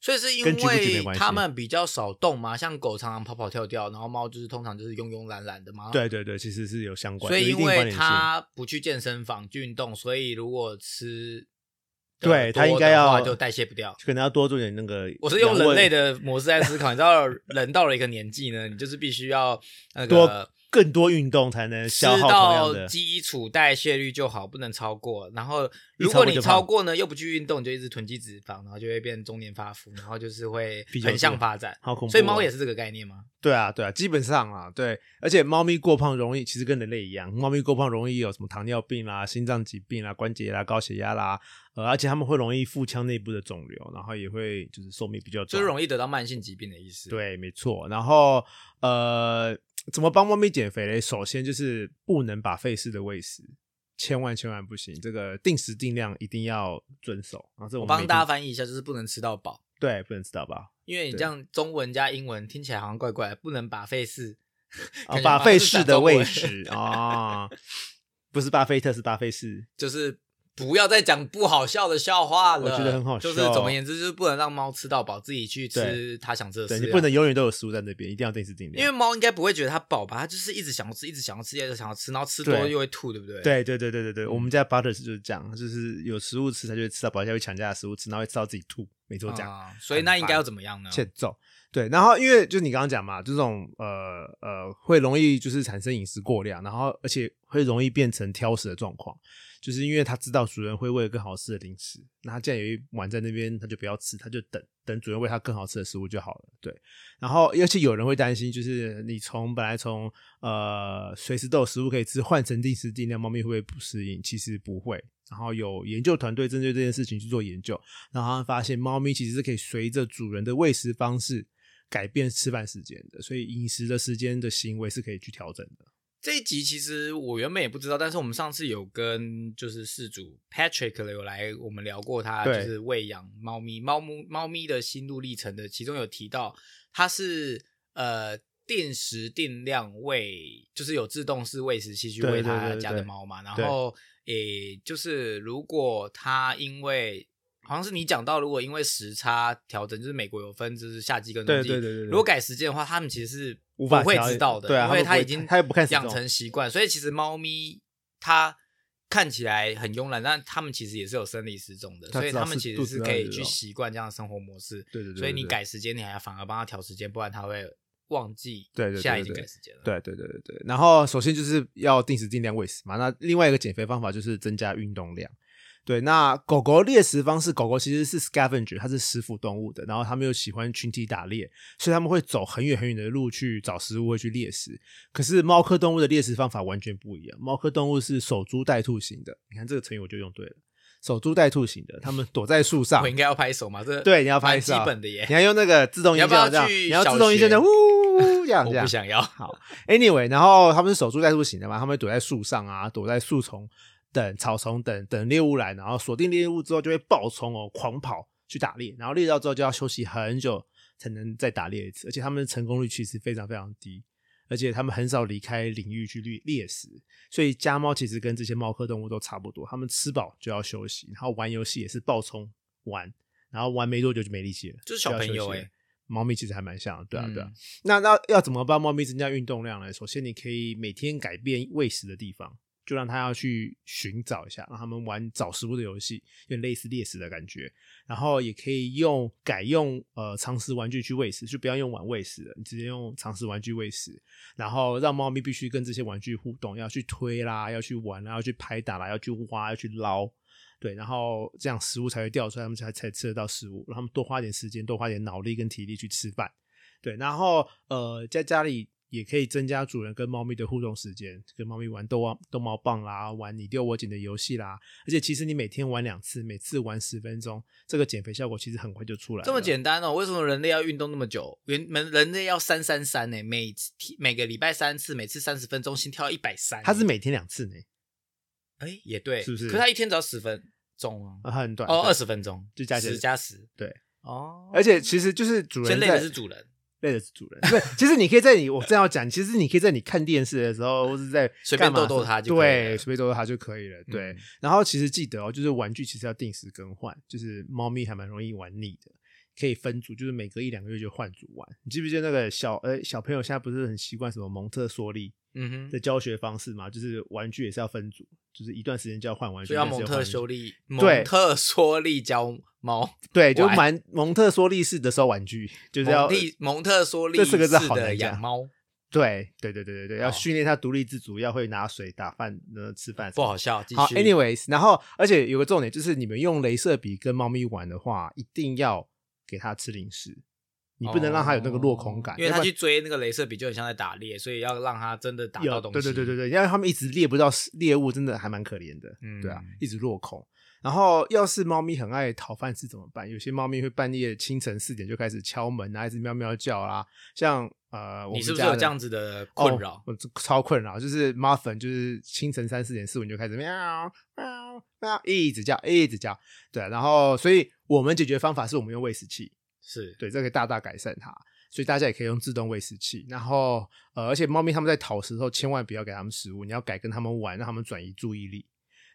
Speaker 2: 所以是因
Speaker 1: 跟举不举没
Speaker 2: 为
Speaker 1: 关系
Speaker 2: 它们比较少动吗？像狗常常跑跑跳跳，然后猫就是通常就是慵慵懒懒的吗？。
Speaker 1: 对对对，其实是有相关，
Speaker 2: 啊所
Speaker 1: 有
Speaker 2: 以
Speaker 1: 一
Speaker 2: 因
Speaker 1: 定关
Speaker 2: 为
Speaker 1: 联性
Speaker 2: 它不去健身房去运动，所以如果吃得
Speaker 1: 对它
Speaker 2: 多
Speaker 1: 应该
Speaker 2: 的话
Speaker 1: 要
Speaker 2: 就代谢不掉。
Speaker 1: 可能要多做点那个。
Speaker 2: 我是用人类的模式在思考，你知道，人到了一个年纪呢，你就是必须要那
Speaker 1: 多
Speaker 2: 个
Speaker 1: 更多运动才能
Speaker 2: 吃
Speaker 1: 消耗同样
Speaker 2: 到
Speaker 1: 的。
Speaker 2: 基础代谢率就好，不能超过。然后
Speaker 1: 一
Speaker 2: 如
Speaker 1: 超
Speaker 2: 果
Speaker 1: 过
Speaker 2: 你
Speaker 1: 就
Speaker 2: 超
Speaker 1: 胖
Speaker 2: 过呢，又不去运动，你就一直囤积脂肪，然后就会变中年发福，然后就是会
Speaker 1: 啤酒
Speaker 2: 横向
Speaker 1: 肚
Speaker 2: 发展。
Speaker 1: 好恐怖哦！
Speaker 2: 所以猫也是这个概念吗？
Speaker 1: 对啊，对啊，基本上啊，对，而且猫咪过胖容易，其实跟人类一样，猫咪过胖容易有什么糖尿病啦、心脏疾病啦、关节啦、高血压啦，呃，而且它们会容易腹腔内部的肿瘤，然后也会就是寿命比较短，
Speaker 2: 就是容易得到慢性疾病的意思。，
Speaker 1: 对，没错。然后呃，怎么帮猫咪减肥嘞？首先就是不能把费事的喂食，千万千万不行，这个定时定量一定要遵守。然后这
Speaker 2: 我
Speaker 1: 我
Speaker 2: 帮大家
Speaker 1: 家
Speaker 2: 翻译一下，就是不能吃到饱，
Speaker 1: 对，不能吃到饱，
Speaker 2: 因为你
Speaker 1: 对
Speaker 2: 这样中文加英文听起来好像怪怪的，不能把费事。
Speaker 1: 啊，
Speaker 2: 感觉
Speaker 1: 巴
Speaker 2: 好像
Speaker 1: 菲
Speaker 2: 是
Speaker 1: 士
Speaker 2: 讲
Speaker 1: 的
Speaker 2: 中
Speaker 1: 喂
Speaker 2: 文
Speaker 1: 食啊。 不是巴菲特，是巴菲士。
Speaker 2: 就是不要再讲不好笑的笑话了。
Speaker 1: 我觉得很好笑哦
Speaker 2: 就是总而言之，就是不能让猫吃到饱，自己去吃
Speaker 1: 对
Speaker 2: 它想吃的
Speaker 1: 对
Speaker 2: 饲
Speaker 1: 你
Speaker 2: 料。
Speaker 1: 不能，永远都有食物在那边，一定要定时定量。
Speaker 2: 因为猫应该不会觉得它饱吧，它就是一直想要吃，一直想要吃，一直想要吃，然后吃多
Speaker 1: 对
Speaker 2: 又会吐，对不对？。嗯
Speaker 1: 对对对对对对，我们家 butter 就是这样，就是有食物吃，它就会吃到饱，它会抢人家的食物吃，然后会吃到自己吐，每周这样。
Speaker 2: 啊、所以那应该要怎么样呢？
Speaker 1: 欠揍。对，然后因为就你刚刚讲嘛，这种呃呃会容易就是产生饮食过量，然后而且会容易变成挑食的状况，就是因为他知道主人会喂更好吃的零食，那他既然有一碗在那边，他就不要吃，他就等等主人喂他更好吃的食物就好了。对，然后而且有人会担心，就是你从本来从呃随时都有食物可以吃，换成定时定量，猫咪会不会不适应？其实不会。然后有研究团队针对这件事情去做研究，然后他们发现猫咪其实是可以随着主人的喂食方式改变吃饭时间的，所以饮食的时间的行为是可以去调整的。
Speaker 2: 这一集其实我原本也不知道，但是我们上次有跟就是事主 Patrick 有来我们聊过他就
Speaker 1: 对
Speaker 2: 是喂养猫咪、猫咪、猫咪的心路历程的，其中有提到它是呃定时定量喂，就是有自动式喂食器去
Speaker 1: 对
Speaker 2: 喂
Speaker 1: 对
Speaker 2: 他
Speaker 1: 对对
Speaker 2: 家的
Speaker 1: 对
Speaker 2: 猫嘛，然
Speaker 1: 对
Speaker 2: 后诶就是如果它因为好像是你讲到，如果因为时差调整，就是美国有分就是夏季跟冬季，
Speaker 1: 对对
Speaker 2: 如果改时间的话，他们其实是
Speaker 1: 无法
Speaker 2: 不会
Speaker 1: 调
Speaker 2: 知道的，
Speaker 1: 对啊
Speaker 2: 因为
Speaker 1: 他们不会
Speaker 2: 已经
Speaker 1: 他也不看时钟
Speaker 2: 养成习惯，所以其实猫咪它看起来很慵懒，但它们其实也是有生理时钟的，
Speaker 1: 它
Speaker 2: 所以
Speaker 1: 知道
Speaker 2: 它们
Speaker 1: 是
Speaker 2: 其实
Speaker 1: 肚子
Speaker 2: 是
Speaker 1: 饿
Speaker 2: 可以
Speaker 1: 的
Speaker 2: 去
Speaker 1: 时候
Speaker 2: 习惯这样的生活模式。
Speaker 1: 对对对，
Speaker 2: 所以你
Speaker 1: 对。
Speaker 2: 改时间，你还反而帮它调时间，不然它会忘记。
Speaker 1: 对对对
Speaker 2: 现在已经
Speaker 1: 对对
Speaker 2: 改时间了。
Speaker 1: 对对对对对，然后首先就是要定时定量喂食嘛。那另外一个减肥方法就是增加运动量。对，那狗狗猎食方式，狗狗其实是 scavenger，它是食腐动物的，然后它们又喜欢群体打猎，所以它们会走很远很远的路去找食物，会去猎食。可是猫科动物的猎食方法完全不一样，猫科动物是守株待兔型的。你看这个成语我就用对了，守株待兔型的，它们躲在树上
Speaker 2: 我，应该要拍手嘛？这
Speaker 1: 对，你要
Speaker 2: 蛮
Speaker 1: 拍
Speaker 2: 基
Speaker 1: 手，啊
Speaker 2: 本 的耶
Speaker 1: 你。要用那个自动音
Speaker 2: 你
Speaker 1: 效
Speaker 2: 要不要
Speaker 1: 这样，
Speaker 2: 去
Speaker 1: 你要
Speaker 2: 小
Speaker 1: 自动音效
Speaker 2: 学
Speaker 1: 这样，呜，这样这
Speaker 2: 我
Speaker 1: 样
Speaker 2: 不。想要。
Speaker 1: 好，anyway，然后他们是守株待兔型的嘛，他们会躲在树上啊，躲在树丛等草丛等等猎物来，然后锁定猎物之后就会暴冲哦，狂跑去打猎，然后猎到之后就要休息很久才能再打猎一次，而且他们的成功率其实非常非常低，而且他们很少离开领域去猎猎食，所以家猫其实跟这些猫科动物都差不多，它们吃饱就要休息，然后玩游戏也是暴冲玩，然后玩没多久就没力气了，
Speaker 2: 就是小
Speaker 1: 就要
Speaker 2: 朋
Speaker 1: 休
Speaker 2: 友
Speaker 1: 息了
Speaker 2: 欸
Speaker 1: 猫咪其实还蛮像的，对啊，对啊
Speaker 2: 嗯。
Speaker 1: 那那要怎么帮猫咪增加运动量呢？首先，你可以每天改变喂食的地方，就让它要去寻找一下，让它们玩找食物的游戏，有点类似猎食的感觉。然后也可以用改用呃常识玩具去喂食，就不要用碗喂食了，你直接用常识玩具喂食。然后让猫咪必须跟这些玩具互动，要去推啦，要去玩啦，要去拍打啦，要去挖，要去捞。对，然后这样食物才会掉出来，它们才才吃得到食物，让它们多花点时间，多花点脑力跟体力去吃饭。对，然后呃，在家里也可以增加主人跟猫咪的互动时间，跟猫咪玩逗猫逗猫棒啦，玩你丢我捡的游戏啦。而且其实你每天玩两次，每次玩十分钟，这个减肥效果其实很快就出来了。
Speaker 2: 这么简单哦？为什么人类要运动那么久？人人人类要三三三呢？每次每个礼拜三次，每次三十分钟，心跳一百三。
Speaker 1: 它是每天两次呢，
Speaker 2: 哎，也对，
Speaker 1: 是不是
Speaker 2: 可是他一天只要十分钟啊，
Speaker 1: 呃、很短
Speaker 2: 哦，二
Speaker 1: 对
Speaker 2: 十分钟，
Speaker 1: 就加起来
Speaker 2: 十加十，
Speaker 1: 对。
Speaker 2: 哦。
Speaker 1: 而且其实就是主
Speaker 2: 先
Speaker 1: 人
Speaker 2: 累
Speaker 1: 在
Speaker 2: 的是主人，
Speaker 1: 累的是主人，对，其实你可以在你我这样讲，其实你可以在你看电视的时候，或是在
Speaker 2: 随便
Speaker 1: 干嘛
Speaker 2: 逗逗它就可以了
Speaker 1: 对，随便逗逗它就可以了。对，
Speaker 2: 嗯
Speaker 1: 然后其实记得哦，就是玩具其实要定时更换，就是猫咪还蛮容易玩腻的，可以分组，就是每隔一两个月就换组玩。你记不记得那个小呃小朋友现在不是很习惯什么蒙特梭利
Speaker 2: 嗯
Speaker 1: 的
Speaker 2: 哼，
Speaker 1: 教学方式嘛？就是玩具也是要分组，就是一段时间就要换玩具，
Speaker 2: 所以要
Speaker 1: 一段时间
Speaker 2: 蒙特
Speaker 1: 换玩具
Speaker 2: 梭利，蒙
Speaker 1: 对
Speaker 2: 特梭利教猫，
Speaker 1: 对，就
Speaker 2: 玩
Speaker 1: 蛮蒙特梭利式的收玩具，就是要
Speaker 2: 蒙利蒙特梭利
Speaker 1: 这四个字
Speaker 2: 式
Speaker 1: 好
Speaker 2: 的
Speaker 1: 难讲
Speaker 2: 养猫
Speaker 1: 对对对对对对，
Speaker 2: 哦
Speaker 1: 要训练他独立自主，要会拿水、打饭、呃吃饭。
Speaker 2: 不好。笑，继续。
Speaker 1: 好，anyways，然后而且有个重点就是，你们用镭射笔跟猫咪玩的话，一定要给它吃零食，你不能让它有那个落空感，
Speaker 2: 哦因为
Speaker 1: 要
Speaker 2: 他
Speaker 1: 不然
Speaker 2: 去追那个镭射笔就很像在打猎，所以要让他真的打
Speaker 1: 有
Speaker 2: 到东西。
Speaker 1: 对对对对对，因为他们一直猎不到猎物，真的还蛮可怜的。
Speaker 2: 嗯
Speaker 1: 对啊，一直落空。然后要是猫咪很爱讨饭吃怎么办？有些猫咪会半夜清晨四点就开始敲门啊，一直喵喵叫啦、像呃，我
Speaker 2: 你
Speaker 1: 们
Speaker 2: 是不是
Speaker 1: 家
Speaker 2: 有
Speaker 1: 的
Speaker 2: 这样子的困扰
Speaker 1: 哦？我超困扰，就是猫粉，就是清晨三四点、四五点就开始喵喵喵，一直叫，一直叫。对，啊然后所以我们解决方法是我们用喂食器，
Speaker 2: 是，
Speaker 1: 对，这可以大大改善它。所以大家也可以用自动喂食器，然后呃，而且猫咪它们在讨食的时候，千万不要给它们食物，你要改跟它们玩，让它们转移注意力。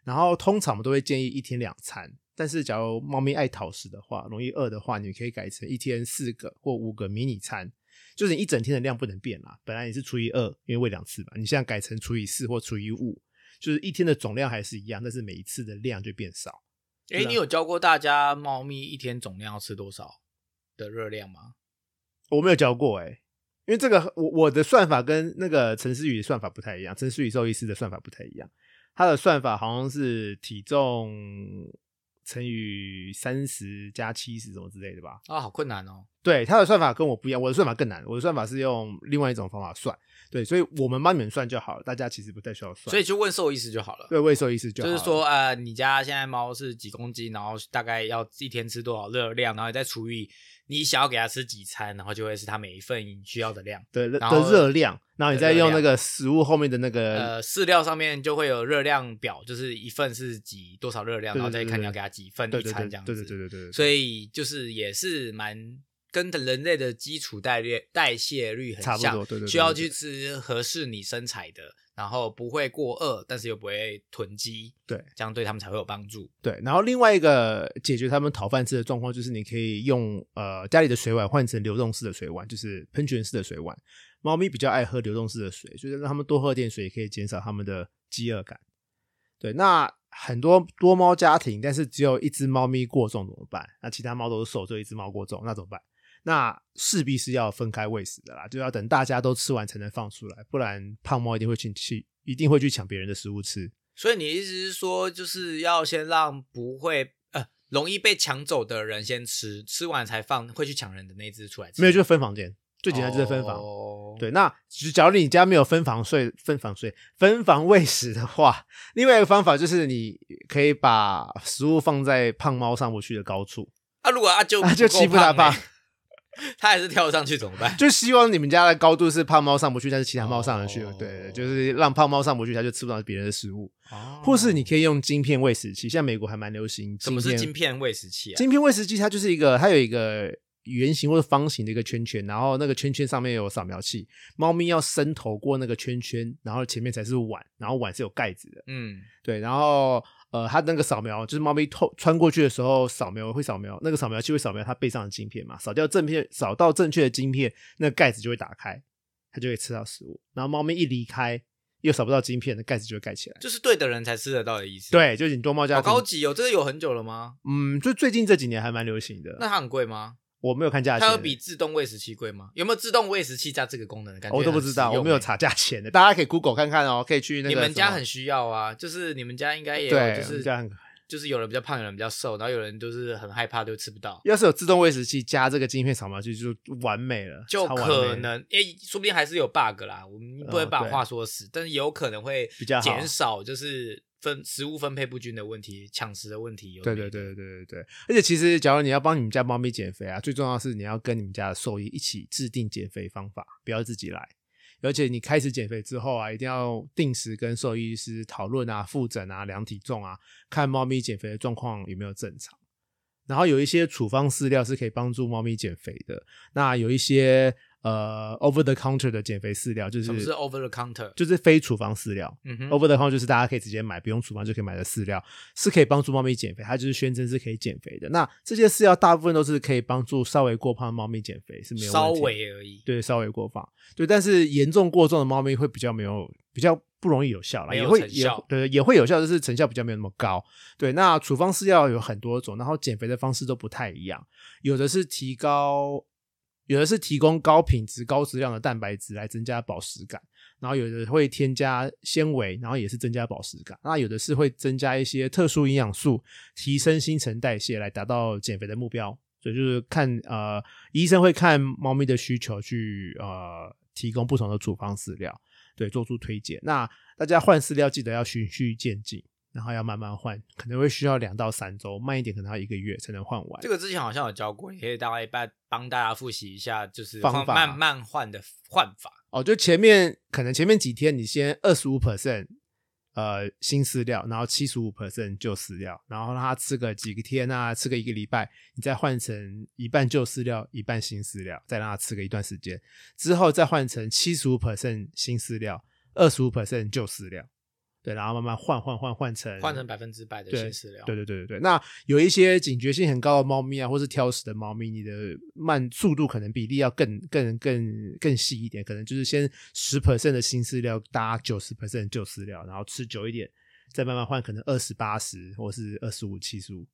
Speaker 1: 然后通常我们都会建议一天两餐，但是假如猫咪爱讨食的话，容易饿的话，你可以改成一天四个或五个迷你餐，就是你一整天的量不能变啦。本来你是除以二，因为喂两次嘛，你现在改成除以四或除以五，就是一天的总量还是一样，但是每一次的量就变少。
Speaker 2: 哎、
Speaker 1: 啊
Speaker 2: 你有教过大家猫咪一天总量要吃多少的热量吗？
Speaker 1: 我没有教过哎、因为这个我我的算法跟那个陈思宇的算法不太一样，陈思宇兽医师的算法不太一样，他的算法好像是体重乘以三十加七十什么之类的吧？
Speaker 2: 啊，好困难哦。
Speaker 1: 对，他的算法跟我不一样，我的算法更难，我的算法是用另外一种方法算，对，所以我们帮你们算就好了，大家其实不太需要算，
Speaker 2: 所以就问兽医师就好了。
Speaker 1: 啊对，喂兽医师就
Speaker 2: 就
Speaker 1: 好
Speaker 2: 是
Speaker 1: 了
Speaker 2: 说，呃，你家现在猫是几公斤，然后大概要一天吃多少热量，然后你再除以你想要给它吃几餐，然后就会是它每一份需要的量。
Speaker 1: 对
Speaker 2: 然后
Speaker 1: 的热量，然后你再用
Speaker 2: 的
Speaker 1: 那
Speaker 2: 热量
Speaker 1: 个食物后面的那个
Speaker 2: 呃，饲料上面就会有热量表，就是一份是几多少热量，
Speaker 1: 对对
Speaker 2: 然后再
Speaker 1: 对
Speaker 2: 看
Speaker 1: 对
Speaker 2: 你要给它几份
Speaker 1: 对
Speaker 2: 一
Speaker 1: 对
Speaker 2: 餐
Speaker 1: 对
Speaker 2: 这样子。
Speaker 1: 对对对对对对，
Speaker 2: 所以就是也是蛮跟人类的基础代谢代谢率很
Speaker 1: 差
Speaker 2: 像，
Speaker 1: 不多对对对
Speaker 2: 需要
Speaker 1: 对
Speaker 2: 去吃合适你身材的，然后不会过饿，但是又不会囤积，
Speaker 1: 对
Speaker 2: 这样对他们才会有帮助。
Speaker 1: 对，然后另外一个解决他们讨饭吃的状况，就是你可以用呃家里的水碗换成流动式的水碗，就是喷泉式的水碗。猫咪比较爱喝流动式的水，所以让它们多喝点水，也可以减少它们的饥饿感。对，那很多多猫家庭，但是只有一只猫咪过重怎么办？那其他猫都是瘦，只有一只猫过重，那怎么办？那势必是要分开喂食的啦，就要等大家都吃完才能放出来，不然胖猫一定会去去，一定会去抢别人的食物吃。
Speaker 2: 所以你意思是说，就是要先让不会呃容易被抢走的人先吃，吃完才放会去抢人的那只出来吃。
Speaker 1: 没有，就是分房间，最简单就是分房。
Speaker 2: 哦、
Speaker 1: 对，那只假如你家没有分房睡、分房睡、分房喂食的话，另外一个方法就是你可以把食物放在胖猫上不去的高处，
Speaker 2: 啊，如果啊就
Speaker 1: 啊就欺负他
Speaker 2: 吧
Speaker 1: 吧，
Speaker 2: 欸 他还是跳上去怎么办？
Speaker 1: 就希望你们家的高度是胖猫上不去，但是其他猫上得去。
Speaker 2: 哦
Speaker 1: 对对，就是让胖猫上不去，它就吃不到别人的食物，
Speaker 2: 哦
Speaker 1: 或是你可以用晶片喂食器，现在美国还蛮流行。
Speaker 2: 什么是晶？片喂食器啊？
Speaker 1: 晶片喂食器它就是一个，它有一个圆形或者方形的一个圈圈，然后那个圈圈上面有扫描器，猫咪要伸头过那个圈圈，然后前面才是碗，然后碗是有盖子的。
Speaker 2: 嗯，
Speaker 1: 对，然后呃，它那个扫描就是猫咪透穿过去的时候，扫描会扫描那个扫描器会扫描它背上的晶片嘛，扫掉正片，扫到正确的晶片，那盖子就会打开，它就会吃到食物。然后猫咪一离开，又扫不到晶片，那盖子就会盖起来。
Speaker 2: 就是对的人才吃得到的意思。，
Speaker 1: 对，就是你多猫家
Speaker 2: 好
Speaker 1: 庭
Speaker 2: 高，级哦，这个有很久了吗？
Speaker 1: 嗯，就最近这几年还蛮流行
Speaker 2: 那
Speaker 1: 的。
Speaker 2: 它很贵吗？
Speaker 1: 我没有看价钱
Speaker 2: 它，有比自动喂食器贵吗？有没有自动喂食器加这个功能的感觉？
Speaker 1: 我都不知道，
Speaker 2: 很实用
Speaker 1: 我没有
Speaker 2: 欸。
Speaker 1: 查价钱的，大家可以 Google 看看哦，可以去那个
Speaker 2: 你们
Speaker 1: 什
Speaker 2: 家
Speaker 1: 么
Speaker 2: 很需要啊，就是你们家应该也有，
Speaker 1: 对，
Speaker 2: 就
Speaker 1: 我们
Speaker 2: 是
Speaker 1: 家很
Speaker 2: 就是有人比较胖，有人比较瘦，然后有人就是很害怕就吃不到，
Speaker 1: 要是有自动喂食器加这个晶片扫描器就完美了，
Speaker 2: 就
Speaker 1: 超完美
Speaker 2: 可能诶、说不定还是有 bug 啦。我们不能
Speaker 1: 嗯
Speaker 2: 把
Speaker 1: 对
Speaker 2: 话说死，但是有可能会
Speaker 1: 比较好
Speaker 2: 减少就是分食物分配不均的问题、抢食的问题有的
Speaker 1: 对
Speaker 2: 没
Speaker 1: 对对对
Speaker 2: 的。
Speaker 1: 对对对，而且其实，假如你要帮你们家猫咪减肥啊，最重要的是你要跟你们家的兽医一起制定减肥方法，不要自己来。而且你开始减肥之后啊，一定要定时跟兽医师讨论啊、复诊啊、量体重啊，看猫咪减肥的状况有没有正常。然后有一些处方饲料是可以帮助猫咪减肥的，那有一些呃 over the counter 的减肥饲料，就
Speaker 2: 什
Speaker 1: 是
Speaker 2: 么是 over the counter？
Speaker 1: 就是非处方饲料。
Speaker 2: 嗯哼，
Speaker 1: over the counter 就是大家可以直接买，不用处方就可以买的饲料，是可以帮助猫咪减肥，它就是宣称是可以减肥的。那这些饲料大部分都是可以帮助稍微过胖的猫咪减肥，是没有
Speaker 2: 稍
Speaker 1: 问题的
Speaker 2: 微而已，
Speaker 1: 对稍微过放，对，但是严重过重的猫咪会比较没有，比较不容易有效啦，
Speaker 2: 没有
Speaker 1: 也会
Speaker 2: 成
Speaker 1: 也
Speaker 2: 效
Speaker 1: 对也会有效，就是成效比较没有那么高。对，那处方饲料有很多种，然后减肥的方式都不太一样，有的是提高，有的是提供高品质、高质量的蛋白质来增加饱食感，然后有的会添加纤维，然后也是增加饱食感，那有的是会增加一些特殊营养素，提升新陈代谢来达到减肥的目标。所以就是看呃，医生会看猫咪的需求去呃提供不同的处方饲料，对，做出推荐。那大家换饲料记得要循序渐进，然后要慢慢换，可能会需要两到三周，慢一点可能要一个月才能换完
Speaker 2: 这。个之前好像有教过，你可以大概帮帮大家复习一下，就是
Speaker 1: 方
Speaker 2: 换
Speaker 1: 法
Speaker 2: 慢慢换的换法。
Speaker 1: 哦，就前面可能前面几天你先二十五 percent 呃新饲料，然后七十五 percent 旧饲料，然后让它吃个几个天啊，吃个一个礼拜，你再换成一半旧饲料，一半新饲料，再让它吃个一段时间，之后再换成七十五 percent 新饲料，二十五 percent 旧饲料，对，然后慢慢换换换换成
Speaker 2: 换成百分之百的新
Speaker 1: 对
Speaker 2: 饲料，
Speaker 1: 对对对对对，那有一些警觉性很高的猫咪啊，或是挑食的猫咪，你的慢速度可能比例要更更更更细一点，可能就是先十 percent 的新饲料搭九十 percent 旧饲料，然后吃久一点，再慢慢换，可能二十八十或是二十五七十五。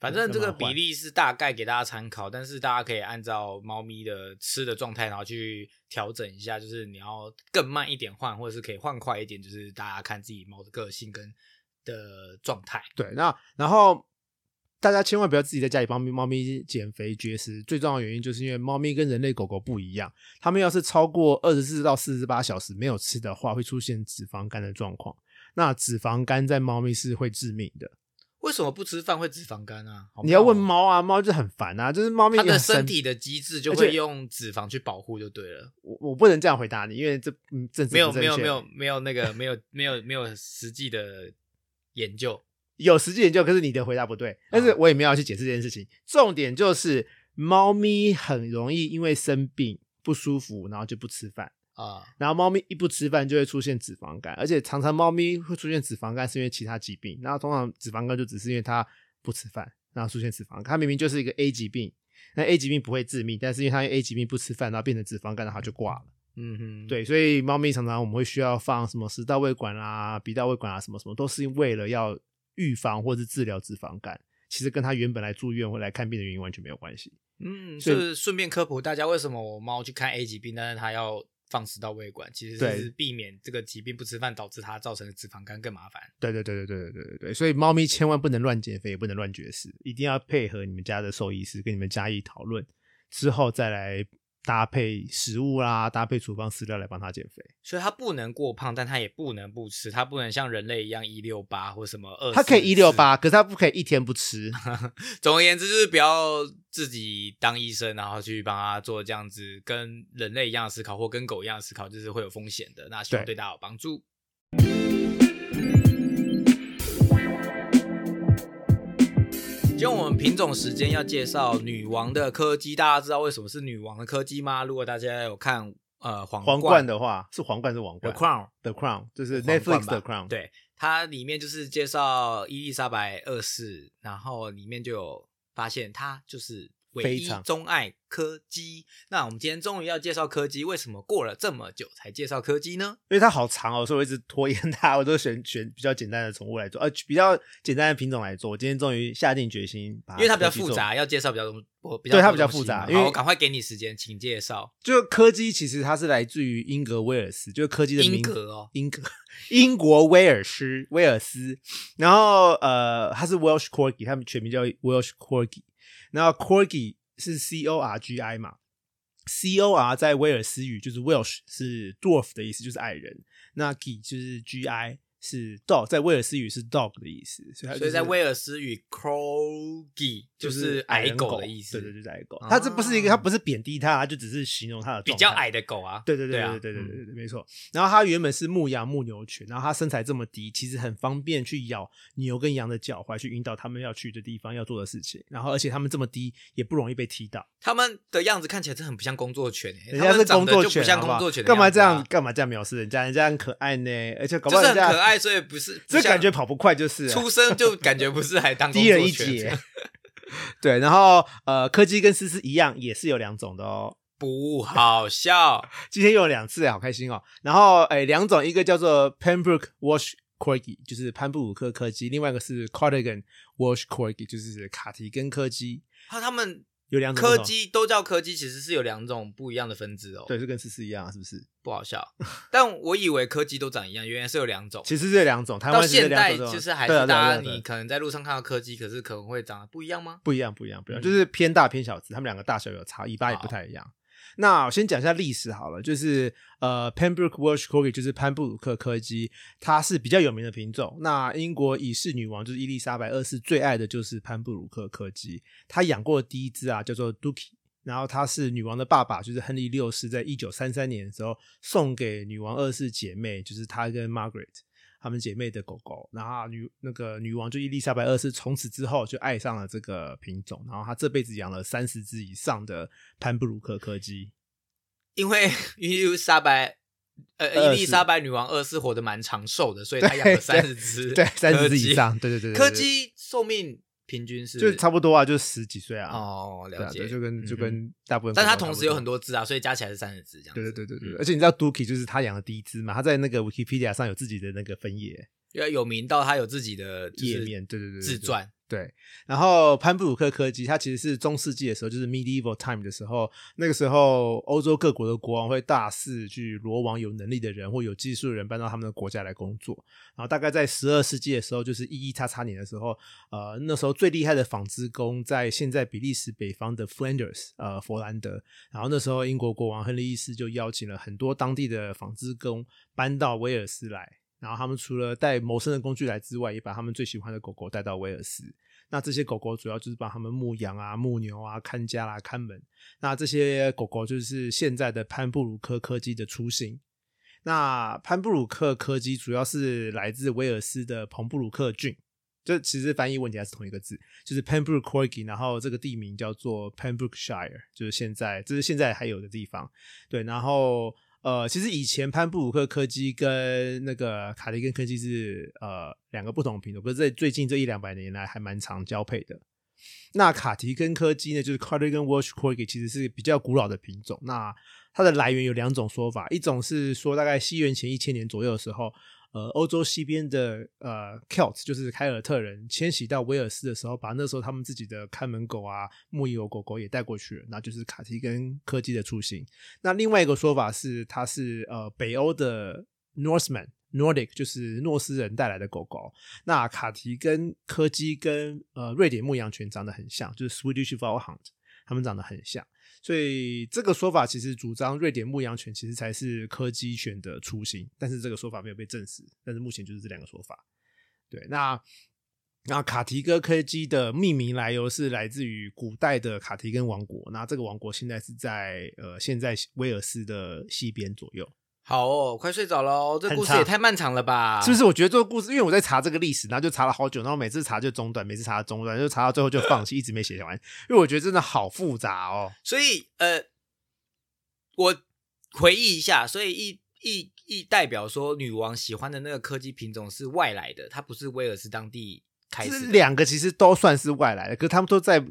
Speaker 2: 反正这个
Speaker 1: 慢慢
Speaker 2: 比
Speaker 1: 换
Speaker 2: 例是大概给大家参考，但是大家可以按照猫咪的吃的状态，然后去调整一下，就是你要更慢一点换，或者是可以换快一点，就是大家看自己猫的个性跟的状态。
Speaker 1: 对，那然后大家千万不要自己在家里帮猫咪减肥绝食，最重要的原因就是因为猫咪跟人类狗狗不一样，它们要是超过二十四到四十八小时没有吃的话，会出现脂肪肝的状况。那脂肪肝在猫咪是会致命的。为
Speaker 2: 为什么不吃饭会脂肪肝啊？好
Speaker 1: 你要
Speaker 2: 妙哦
Speaker 1: 问，猫啊，猫就很烦啊，就是猫咪
Speaker 2: 它的
Speaker 1: 很
Speaker 2: 身
Speaker 1: 神
Speaker 2: 体的机制就
Speaker 1: 而且
Speaker 2: 会用脂肪去保护就对了。
Speaker 1: 我我不能这样回答你，因为这嗯政治
Speaker 2: 没有
Speaker 1: 不正
Speaker 2: 没有
Speaker 1: 确
Speaker 2: 没有没有那个没有没有没有实际的研究，
Speaker 1: 有实际研究，可是你的回答不
Speaker 2: 啊
Speaker 1: 对。但是我也没有要去解释这件事情。重点就是，猫咪很容易因为生病不舒服，然后就不吃饭。
Speaker 2: 啊、
Speaker 1: 然后猫咪一不吃饭就会出现脂肪肝，而且常常猫咪会出现脂肪肝是因为其他疾病，然后通常脂肪肝就只是因为它不吃饭，然后出现脂肪肝。它明明就是一个 A 级病，那 A 级病不会致命，但是因为它因为 A 级病不吃饭，然后变成脂肪肝，然后它就挂了。
Speaker 2: 嗯哼，
Speaker 1: 对，所以猫咪常常我们会需要放什么食道胃管啊、鼻道胃管啊，什么什么，都是为了要预防或是治疗脂肪肝。其实跟它原本来住院或来看病的原因完全没有关系。
Speaker 2: 嗯，
Speaker 1: 所以
Speaker 2: 就是顺便科普大家，为什么我猫去看 A 疾病，但是它要放食道胃管，其实
Speaker 1: 对
Speaker 2: 是避免这个疾病不吃饭导致它造成的脂肪肝更麻烦。
Speaker 1: 对对对对对对对对对，所以猫咪千万不能乱减肥，也不能乱绝食，一定要配合你们家的兽医师跟你们家医讨论之后再来搭配食物啦，搭配处方饲料来帮它减肥。
Speaker 2: 所以它不能过胖，但它也不能不吃，它不能像人类一样一六八或什么二。
Speaker 1: 它可以一六，八，可是它不可以一天不吃。
Speaker 2: 总而言之就是不要自己当医生，然后去帮它做这样子跟人类一样的思考，或跟狗一样的思考，就是会有风险的。那希望
Speaker 1: 对
Speaker 2: 对大家有帮助。今天我们品种时间要介绍女王的柯基，大家知道为什么是女王的柯基吗？如果大家有看呃皇
Speaker 1: 皇冠
Speaker 2: 冠
Speaker 1: 的话是皇冠是王
Speaker 2: The
Speaker 1: 冠
Speaker 2: Crown，
Speaker 1: The Crown 就是
Speaker 2: 皇冠
Speaker 1: Netflix The
Speaker 2: 吧
Speaker 1: Crown，
Speaker 2: 对，它里面就是介绍伊丽莎白二世，然后里面就有发现她就是唯
Speaker 1: 非
Speaker 2: 一
Speaker 1: 常
Speaker 2: 钟爱柯基。那我们今天终于要介绍柯基，为什么过了这么久才介绍柯基呢？
Speaker 1: 因为它好长哦，所以我一直拖延它，我都选选比较简单的宠物来做，呃，比较简单的品种来做。我今天终于下定决心把，
Speaker 2: 因为它比较复，杂，要介绍比较多，我比较
Speaker 1: 对它
Speaker 2: 多
Speaker 1: 比较
Speaker 2: 东西
Speaker 1: 复杂
Speaker 2: 嘛
Speaker 1: 因为
Speaker 2: 好我赶快给你时间，请介绍
Speaker 1: 就柯基其实它是来自于英格威尔斯，就是柯基的
Speaker 2: 英
Speaker 1: 名字
Speaker 2: 格哦，
Speaker 1: 英格 英国威尔斯威尔斯，然后呃，它是 Welsh Corgi，他们全名叫 Welsh Corgi，然后 Corgi 是 C O R G I 嘛，C O R 在威尔斯语就是 Welsh 是 dwarf 的意思，就是矮人，那 G 就是 G I。是 dog，在威尔斯语是 dog 的意思，所以它就
Speaker 2: 所
Speaker 1: 是
Speaker 2: 以在威尔斯语 （corgi） 就
Speaker 1: 就是
Speaker 2: 是矮
Speaker 1: 人狗
Speaker 2: 的意思，
Speaker 1: 对对，就是矮狗
Speaker 2: 啊。
Speaker 1: 它这不是一个，它不是贬低它，它就只是形容它的
Speaker 2: 比
Speaker 1: 状
Speaker 2: 较
Speaker 1: 态
Speaker 2: 矮的狗啊。
Speaker 1: 对对
Speaker 2: 对
Speaker 1: 对
Speaker 2: 啊
Speaker 1: 对对对对对，没错。然后它原本是牧羊牧牛犬，然后它身材这么低，其实很方便去咬牛跟羊的脚踝，去引导他们要去的地方要做的事情。然后而且它们这么低，也不容易被踢到。
Speaker 2: 他们的样子看起来真的很不像工作犬欸，
Speaker 1: 人
Speaker 2: 他
Speaker 1: 家
Speaker 2: 们
Speaker 1: 是
Speaker 2: 长
Speaker 1: 工
Speaker 2: 得
Speaker 1: 作
Speaker 2: 就
Speaker 1: 犬，
Speaker 2: 不像
Speaker 1: 好
Speaker 2: 工
Speaker 1: 不
Speaker 2: 作
Speaker 1: 好
Speaker 2: 犬的
Speaker 1: 干嘛
Speaker 2: 样
Speaker 1: 这
Speaker 2: 子啊
Speaker 1: 样？干嘛这样藐视人家？人家很可爱呢，而且搞不
Speaker 2: 就
Speaker 1: 好
Speaker 2: 是
Speaker 1: 人
Speaker 2: 很
Speaker 1: 家
Speaker 2: 可 爱，所以不是
Speaker 1: 这感觉
Speaker 2: 不
Speaker 1: 跑不快就是
Speaker 2: 像
Speaker 1: 了
Speaker 2: 出生就感觉不是还当 工
Speaker 1: 低人
Speaker 2: 作
Speaker 1: 一
Speaker 2: 犬，
Speaker 1: 截。对，然后呃，柯基跟思思一样，也是有两种的哦。
Speaker 2: 不好笑。
Speaker 1: 今天又有两次，好开心哦。然后哎，两种，一个叫做 Pembroke Wash Corgi，就是潘布鲁克柯基；，另外一个是 Cardigan Wash Corgi，就是卡提根柯基。
Speaker 2: 啊他他们
Speaker 1: 有两种
Speaker 2: 柯，基都叫柯基，其实是有两种不一样的分支哦。
Speaker 1: 对，，是跟思思一样，啊是不是？
Speaker 2: 不好笑。 但我以为柯基都长一样，原来是有两种。
Speaker 1: 其实这两种，台
Speaker 2: 到
Speaker 1: 湾是
Speaker 2: 现
Speaker 1: 两
Speaker 2: 代
Speaker 1: 种这种，
Speaker 2: 就是还
Speaker 1: 对啊
Speaker 2: 是
Speaker 1: 对啊
Speaker 2: 大
Speaker 1: 对
Speaker 2: 家
Speaker 1: 啊对啊
Speaker 2: 你可能在路上看到柯基，可是可能会长得不一样吗？
Speaker 1: 不一样，不一样，不一样，
Speaker 2: 嗯
Speaker 1: 就是偏大偏小只，他们两个大小有差，尾巴也不太一样。那我先讲一下历史好了，就是呃，Pembroke Welsh Corgi 就是潘布鲁克柯基，它是比较有名的品种。那英国已逝女王就是伊丽莎白二世最爱的就是潘布鲁克柯基，她养过的第一只啊叫做 Dookie，然后他是女王的爸爸，就是亨利六世，在一九三三年的时候送给女王二世姐妹，就是她跟 Margaret 她们姐妹的狗狗。然后女那个女王就伊丽莎白二世从此之后就爱上了这个品种，然后她这辈子养了三十只以上的潘布鲁克柯基。
Speaker 2: 因为 伊丽莎白，呃，
Speaker 1: 二
Speaker 2: 伊丽
Speaker 1: 世
Speaker 2: 莎白女王二世活得蛮长寿的，所以她养了
Speaker 1: 对
Speaker 2: 三十只，
Speaker 1: 对三十只以上对对对对对
Speaker 2: 柯基寿命平均是
Speaker 1: 就差不多啊，就十几岁啊。
Speaker 2: 哦，
Speaker 1: 对
Speaker 2: 了
Speaker 1: 啊，
Speaker 2: 解，
Speaker 1: 对就跟就
Speaker 2: 嗯哼，
Speaker 1: 跟大部分狗狗
Speaker 2: 但
Speaker 1: 差
Speaker 2: 它
Speaker 1: 不多，
Speaker 2: 同时有很多只啊，所以加起来是三十只这样子。
Speaker 1: 对。对对对对对，
Speaker 2: 嗯
Speaker 1: 而且你知道 Dookie 就是他养的第一只嘛，他在那个 Wikipedia 上有自己的那个分页
Speaker 2: 因为有名到它有自己的就是
Speaker 1: 页面，对对对，对对
Speaker 2: 自传，
Speaker 1: 对，然后潘布鲁克柯基，它其实是中世纪的时候，就是 medieval time 的时候，那个时候欧洲各国的国王会大肆去罗网有能力的人或有技术的人搬到他们的国家来工作。然后大概在十二世纪的时候，就是一一叉叉年的时候，呃，那时候最厉害的纺织工在现在比利时北方的 Flanders，呃，佛兰德。然后那时候英国国王亨利一世就邀请了很多当地的纺织工搬到威尔斯来。然后他们除了带谋生的工具来之外，也把他们最喜欢的狗狗带到威尔斯。那这些狗狗主要就是帮他们牧羊啊、牧牛啊、看家啦、看门。那这些狗狗就是现在的潘布鲁克柯基的雏形。那潘布鲁克柯基主要是来自威尔斯的彭布鲁克郡，这其实翻译问题还是同一个字，就是 Pembroke Corgi，然后这个地名叫做 Pembrokeshire，就是现在这是现在还有的地方。对，然后呃，其实以前潘布鲁克柯基跟那个卡利根柯基是呃两个不同的品种，可是在最近这一两百年来还蛮常交配的。那卡提根柯基呢，就是 Cardigan Welsh Corgi，其实是比较古老的品种。那它的来源有两种说法，一种是说大概西元前一千年左右的时候，呃，欧洲西边的呃 Celt，就是凯尔特人迁徙到威尔斯的时候，把那时候他们自己的看门狗啊、牧牛狗狗也带过去了，那就是卡提根柯基的雏形。那另外一个说法是，它是呃北欧的 Norseman。Nordic 就是诺斯人带来的狗狗，那卡提跟柯基跟呃瑞典牧羊犬长得很像，就是 Swedish Valhound，它们长得很像，所以这个说法其实主张瑞典牧羊犬其实才是柯基犬的雏形，但是这个说法没有被证实，但是目前就是这两个说法。对，那那卡提哥柯基的命名来由是来自于古代的卡提根王国，那这个王国现在是在呃现在威尔斯的西边左右。
Speaker 2: 好哦，快睡着喽，这
Speaker 1: 很
Speaker 2: 故事
Speaker 1: 长
Speaker 2: 也太漫长了吧？
Speaker 1: 是不是？我觉得这个故事，因为我在查这个历史，然后就查了好久，然后每次查就中断，每次查中断，就查到最后就放弃，一直没写完，因为我觉得真的好复杂哦。
Speaker 2: 所以呃，我回忆一下，所以一一一代表说女王喜欢的那个柯基品种是外来的，它不是威尔斯当地开
Speaker 1: 这
Speaker 2: 始的
Speaker 1: 两个其实都算是外来的，可是他们都在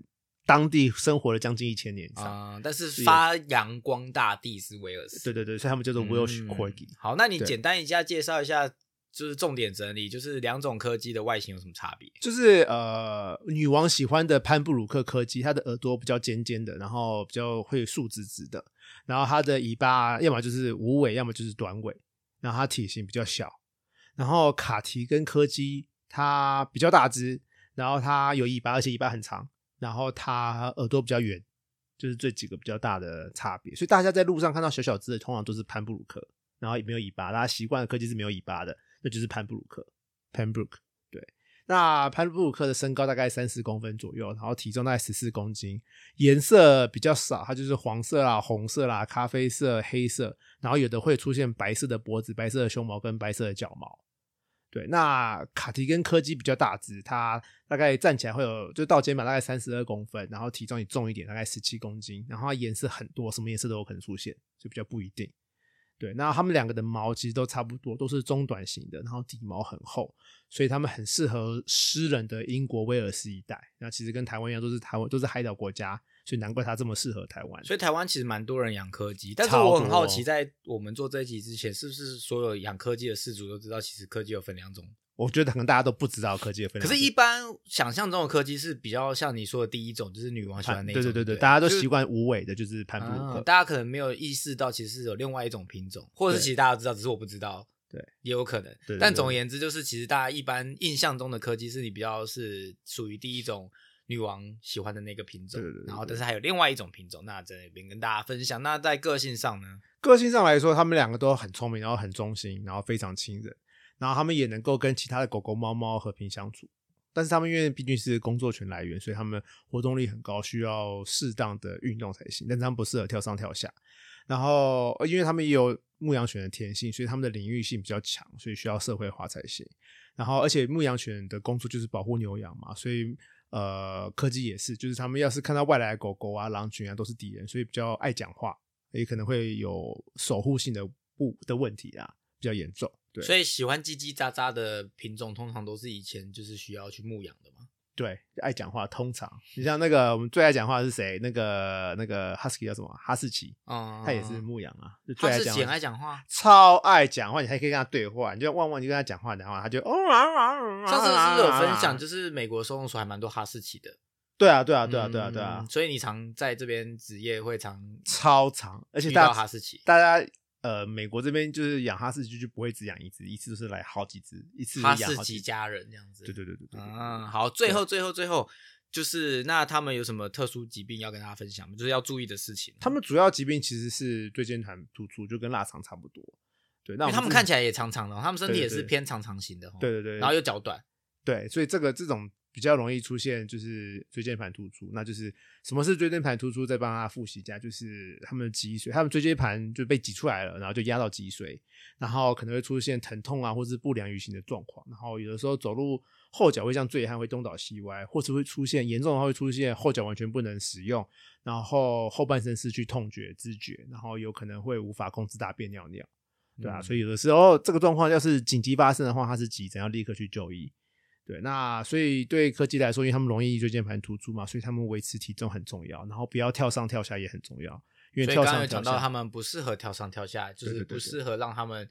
Speaker 1: 当地生活了将近一千年以上。
Speaker 2: 啊、但是发扬光大地是威尔斯，
Speaker 1: 对对对，所以他们叫做
Speaker 2: 嗯
Speaker 1: Welsh Corgi。
Speaker 2: 好，那你
Speaker 1: 对
Speaker 2: 简单一下介绍一下，就是重点整理，就是两种柯基的外形有什么差别？
Speaker 1: 就是呃，女王喜欢的潘布鲁克柯基，它的耳朵比较尖尖的，然后比较会竖直直的，然后它的尾巴要么就是无尾，要么就是短尾，然后它体型比较小。然后卡提跟柯基它比较大只，然后它有尾巴，而且尾巴很长，然后它耳朵比较圆，就是这几个比较大的差别。所以大家在路上看到小小只的，通常都是潘布鲁克，然后也没有尾巴，大家习惯的柯基是没有尾巴的，就那就是潘布鲁克 （Pembroke）。对，那潘布鲁克的身高大概三十公分左右，然后体重大概十四公斤，颜色比较少，它就是黄色啦、红色啦、咖啡色、黑色，然后有的会出现白色的脖子、白色的胸毛跟白色的脚毛。对，那卡提跟柯基比较大只，它大概站起来会有，就到肩膀大概三十二公分，然后体重也重一点，大概十七公斤，然后它颜色很多，什么颜色都有可能出现，就比较不一定。对，那它们两个的毛其实都差不多，都是中短型的，然后底毛很厚，所以它们很适合湿冷的英国威尔士一带。那其实跟台湾一样，都是台湾都是海岛国家，所以难怪它这么适合台湾。
Speaker 2: 所以台湾其实蛮多人养柯基，但是
Speaker 1: 超
Speaker 2: 我很
Speaker 1: 多
Speaker 2: 好
Speaker 1: 哦
Speaker 2: 奇，在我们做这一集之前，是不是所有养柯基的饲主都知道，其实柯基有分两种？
Speaker 1: 我觉得可能大家都不知道科技的分
Speaker 2: 可
Speaker 1: 量。
Speaker 2: 是，一般想象中的柯基是比较像你说的第一种，就是女王喜欢
Speaker 1: 潘
Speaker 2: 那
Speaker 1: 啊对对
Speaker 2: 种。
Speaker 1: 对
Speaker 2: 对
Speaker 1: 对，
Speaker 2: 不，
Speaker 1: 大家都
Speaker 2: 就是
Speaker 1: 习惯无尾的，就是潘布鲁
Speaker 2: 啊
Speaker 1: 克。
Speaker 2: 大家可能没有意识到，其实有另外一种品种，或者
Speaker 1: 对
Speaker 2: 是其实大家知道，只是我不知道。
Speaker 1: 对，
Speaker 2: 也有可能。
Speaker 1: 对对
Speaker 2: 但
Speaker 1: 对
Speaker 2: 总而
Speaker 1: 对
Speaker 2: 言之，就是其实大家一般印象中的柯基是你比较是属于第一种女王喜欢的那个品种，
Speaker 1: 对对对
Speaker 2: 然后
Speaker 1: 对
Speaker 2: 但是还有另外一种品种，那在那边跟大家分享。那在个性上呢，
Speaker 1: 个性上来说，他们两个都很聪明，然后很忠心，然后非常亲人，然后他们也能够跟其他的狗狗、猫猫和平相处。但是他们因为毕竟是工作群来源，所以他们活动力很高，需要适当的运动才行。但是他们不适合跳上跳下。然后，呃因为他们也有牧羊犬的天性，所以他们的领域性比较强，所以需要社会化才行。然后，而且牧羊犬的工作就是保护牛羊嘛，所以呃，柯基也是，就是他们要是看到外来的狗狗啊、狼群啊都是敌人，所以比较爱讲话，也可能会有守护性的不的问题啊，比较严重。对，
Speaker 2: 所以喜欢叽叽喳喳的品种，通常都是以前就是需要去牧养的嘛。
Speaker 1: 对，爱讲话。通常你像那个我们最爱讲话的是谁？那个那个 husky 叫什么？哈士奇，
Speaker 2: 嗯，
Speaker 1: 它也是牧羊啊，就最
Speaker 2: 它
Speaker 1: 爱
Speaker 2: 是
Speaker 1: 讲
Speaker 2: 喜
Speaker 1: 话
Speaker 2: 爱。讲话。
Speaker 1: 超爱讲话，你还可以跟他对话，你就旺旺你就跟他讲话，然后他就哦啊啊啊！
Speaker 2: 上次是不是有分享，就是美国收容所还蛮多哈士奇的。
Speaker 1: 对啊对啊对啊对啊对啊
Speaker 2: 嗯，所以你常在这边职业会常
Speaker 1: 超长，而且
Speaker 2: 遇
Speaker 1: 大
Speaker 2: 到
Speaker 1: 家
Speaker 2: 哈士奇，
Speaker 1: 大家呃，美国这边就是养哈士奇就不会只养一只，一次就是来好几只，一次
Speaker 2: 哈
Speaker 1: 养
Speaker 2: 士
Speaker 1: 好
Speaker 2: 奇
Speaker 1: 几。
Speaker 2: 家人这样子。
Speaker 1: 对对对对对，
Speaker 2: 嗯，好，最后最后最后就是那他们有什么特殊疾病要跟大家分享吗？就是要注意的事情。
Speaker 1: 他们主要疾病其实是对肩团突出，就跟腊肠差不多。对，那我
Speaker 2: 因为他们
Speaker 1: 自己
Speaker 2: 看起来也长长的哦，他们身体
Speaker 1: 对
Speaker 2: 也
Speaker 1: 对
Speaker 2: 是
Speaker 1: 对
Speaker 2: 偏长长型的哦，
Speaker 1: 对对对，
Speaker 2: 然后又脚短，
Speaker 1: 对，所以这个这种比较容易出现就是椎间盘突出，那就是什么是椎间盘突出？再帮他复习一下，就是他们的脊髓，他们椎间盘就被挤出来了，然后就压到脊髓，然后可能会出现疼痛啊，或是不良于行的状况，然后有的时候走路后脚会像醉汉会东倒西歪，或是会出现严重的话会出现后脚完全不能使用，然后后半身失去痛觉、知觉，然后有可能会无法控制大便、尿尿。对啊，
Speaker 2: 嗯
Speaker 1: 所以有的时候这个状况要是紧急发生的话，它是急诊，要立刻去就医。对，那所以对柯基来说，因为他们容易椎间盘突出嘛，所以他们维持体重很重要，然后不要跳上跳下也很重要，因为
Speaker 2: 所以
Speaker 1: 跳
Speaker 2: 刚刚有
Speaker 1: 上
Speaker 2: 讲
Speaker 1: 跳
Speaker 2: 到
Speaker 1: 下，
Speaker 2: 他们不适合跳上跳下，就
Speaker 1: 对
Speaker 2: 是
Speaker 1: 对对
Speaker 2: 不
Speaker 1: 对
Speaker 2: 适合让他们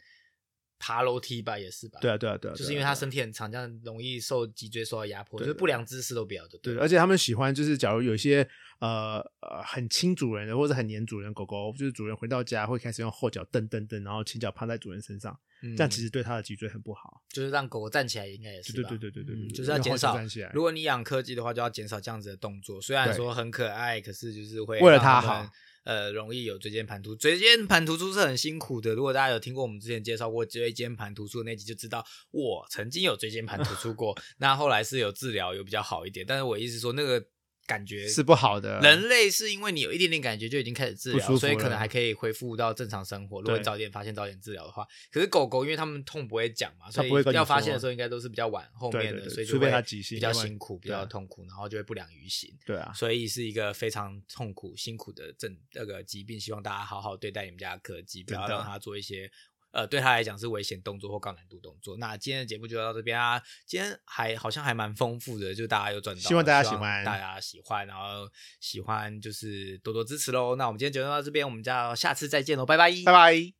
Speaker 2: 爬楼梯吧，也是吧？
Speaker 1: 对啊，对啊，对啊，
Speaker 2: 就是
Speaker 1: 对啊
Speaker 2: 因为他
Speaker 1: 对啊
Speaker 2: 身体很长，这样容易受脊椎受到压迫，
Speaker 1: 对
Speaker 2: 就是不良姿势都不要的。
Speaker 1: 对，
Speaker 2: 了
Speaker 1: 而且他们喜欢就是，假如有一些呃呃很亲主人的或者很黏主人的狗狗，就是主人回到家会开始用后脚蹬蹬蹬，然后前脚趴在主人身上，这样其实对它的脊椎很不好。
Speaker 2: 嗯就是让狗狗站起来，应该也是
Speaker 1: 对
Speaker 2: 吧
Speaker 1: 对对对对对
Speaker 2: 嗯
Speaker 1: 对
Speaker 2: 就是要
Speaker 1: 让后
Speaker 2: 减
Speaker 1: 脚
Speaker 2: 少
Speaker 1: 站起来。
Speaker 2: 如果你养柯基的话，就要减少这样子的动作。虽然
Speaker 1: 对
Speaker 2: 说很可爱，可是就是会
Speaker 1: 为了
Speaker 2: 让
Speaker 1: 它
Speaker 2: 它
Speaker 1: 好
Speaker 2: 们，呃，容易有椎间盘突。椎间盘突出是很辛苦的。如果大家有听过我们之前介绍过椎间盘突出的那集，就知道我曾经有椎间盘突出过。 那后来是有治疗，有比较好一点。但是我意思说，那个感觉
Speaker 1: 是不好的，
Speaker 2: 人类是因为你有一点点感觉就已经开始治
Speaker 1: 不
Speaker 2: 疗，
Speaker 1: 舒服
Speaker 2: 所以可能
Speaker 1: 了
Speaker 2: 还可以恢复到正常生活。如果
Speaker 1: 对
Speaker 2: 你早点发现、早点治疗的话，可是狗狗因为它们痛不会讲嘛，所以
Speaker 1: 不会跟你
Speaker 2: 要发
Speaker 1: 说啊
Speaker 2: 现的时候应该都是比较晚后
Speaker 1: 对
Speaker 2: 面
Speaker 1: 对
Speaker 2: 的，
Speaker 1: 对
Speaker 2: 所以就
Speaker 1: 除非
Speaker 2: 会
Speaker 1: 它急性
Speaker 2: 比较
Speaker 1: 要不然
Speaker 2: 辛苦、比
Speaker 1: 对啊
Speaker 2: 较痛苦，然后就会不良于行。
Speaker 1: 对啊，
Speaker 2: 所以是一个非常痛苦、辛苦的症那个疾病，希望大家好好对待你们家的柯基，不
Speaker 1: 真的
Speaker 2: 要让它做一些呃对它来讲是危险动作或高难度动作。那今天的节目就到这边啊，今天还好像还蛮丰富的，就大家有赚到了，
Speaker 1: 希望大家
Speaker 2: 希望
Speaker 1: 喜欢
Speaker 2: 大家喜欢，然后喜欢就是多多支持喽。那我们今天节目到这边，我们就要下次再见喽，拜拜，
Speaker 1: 拜拜。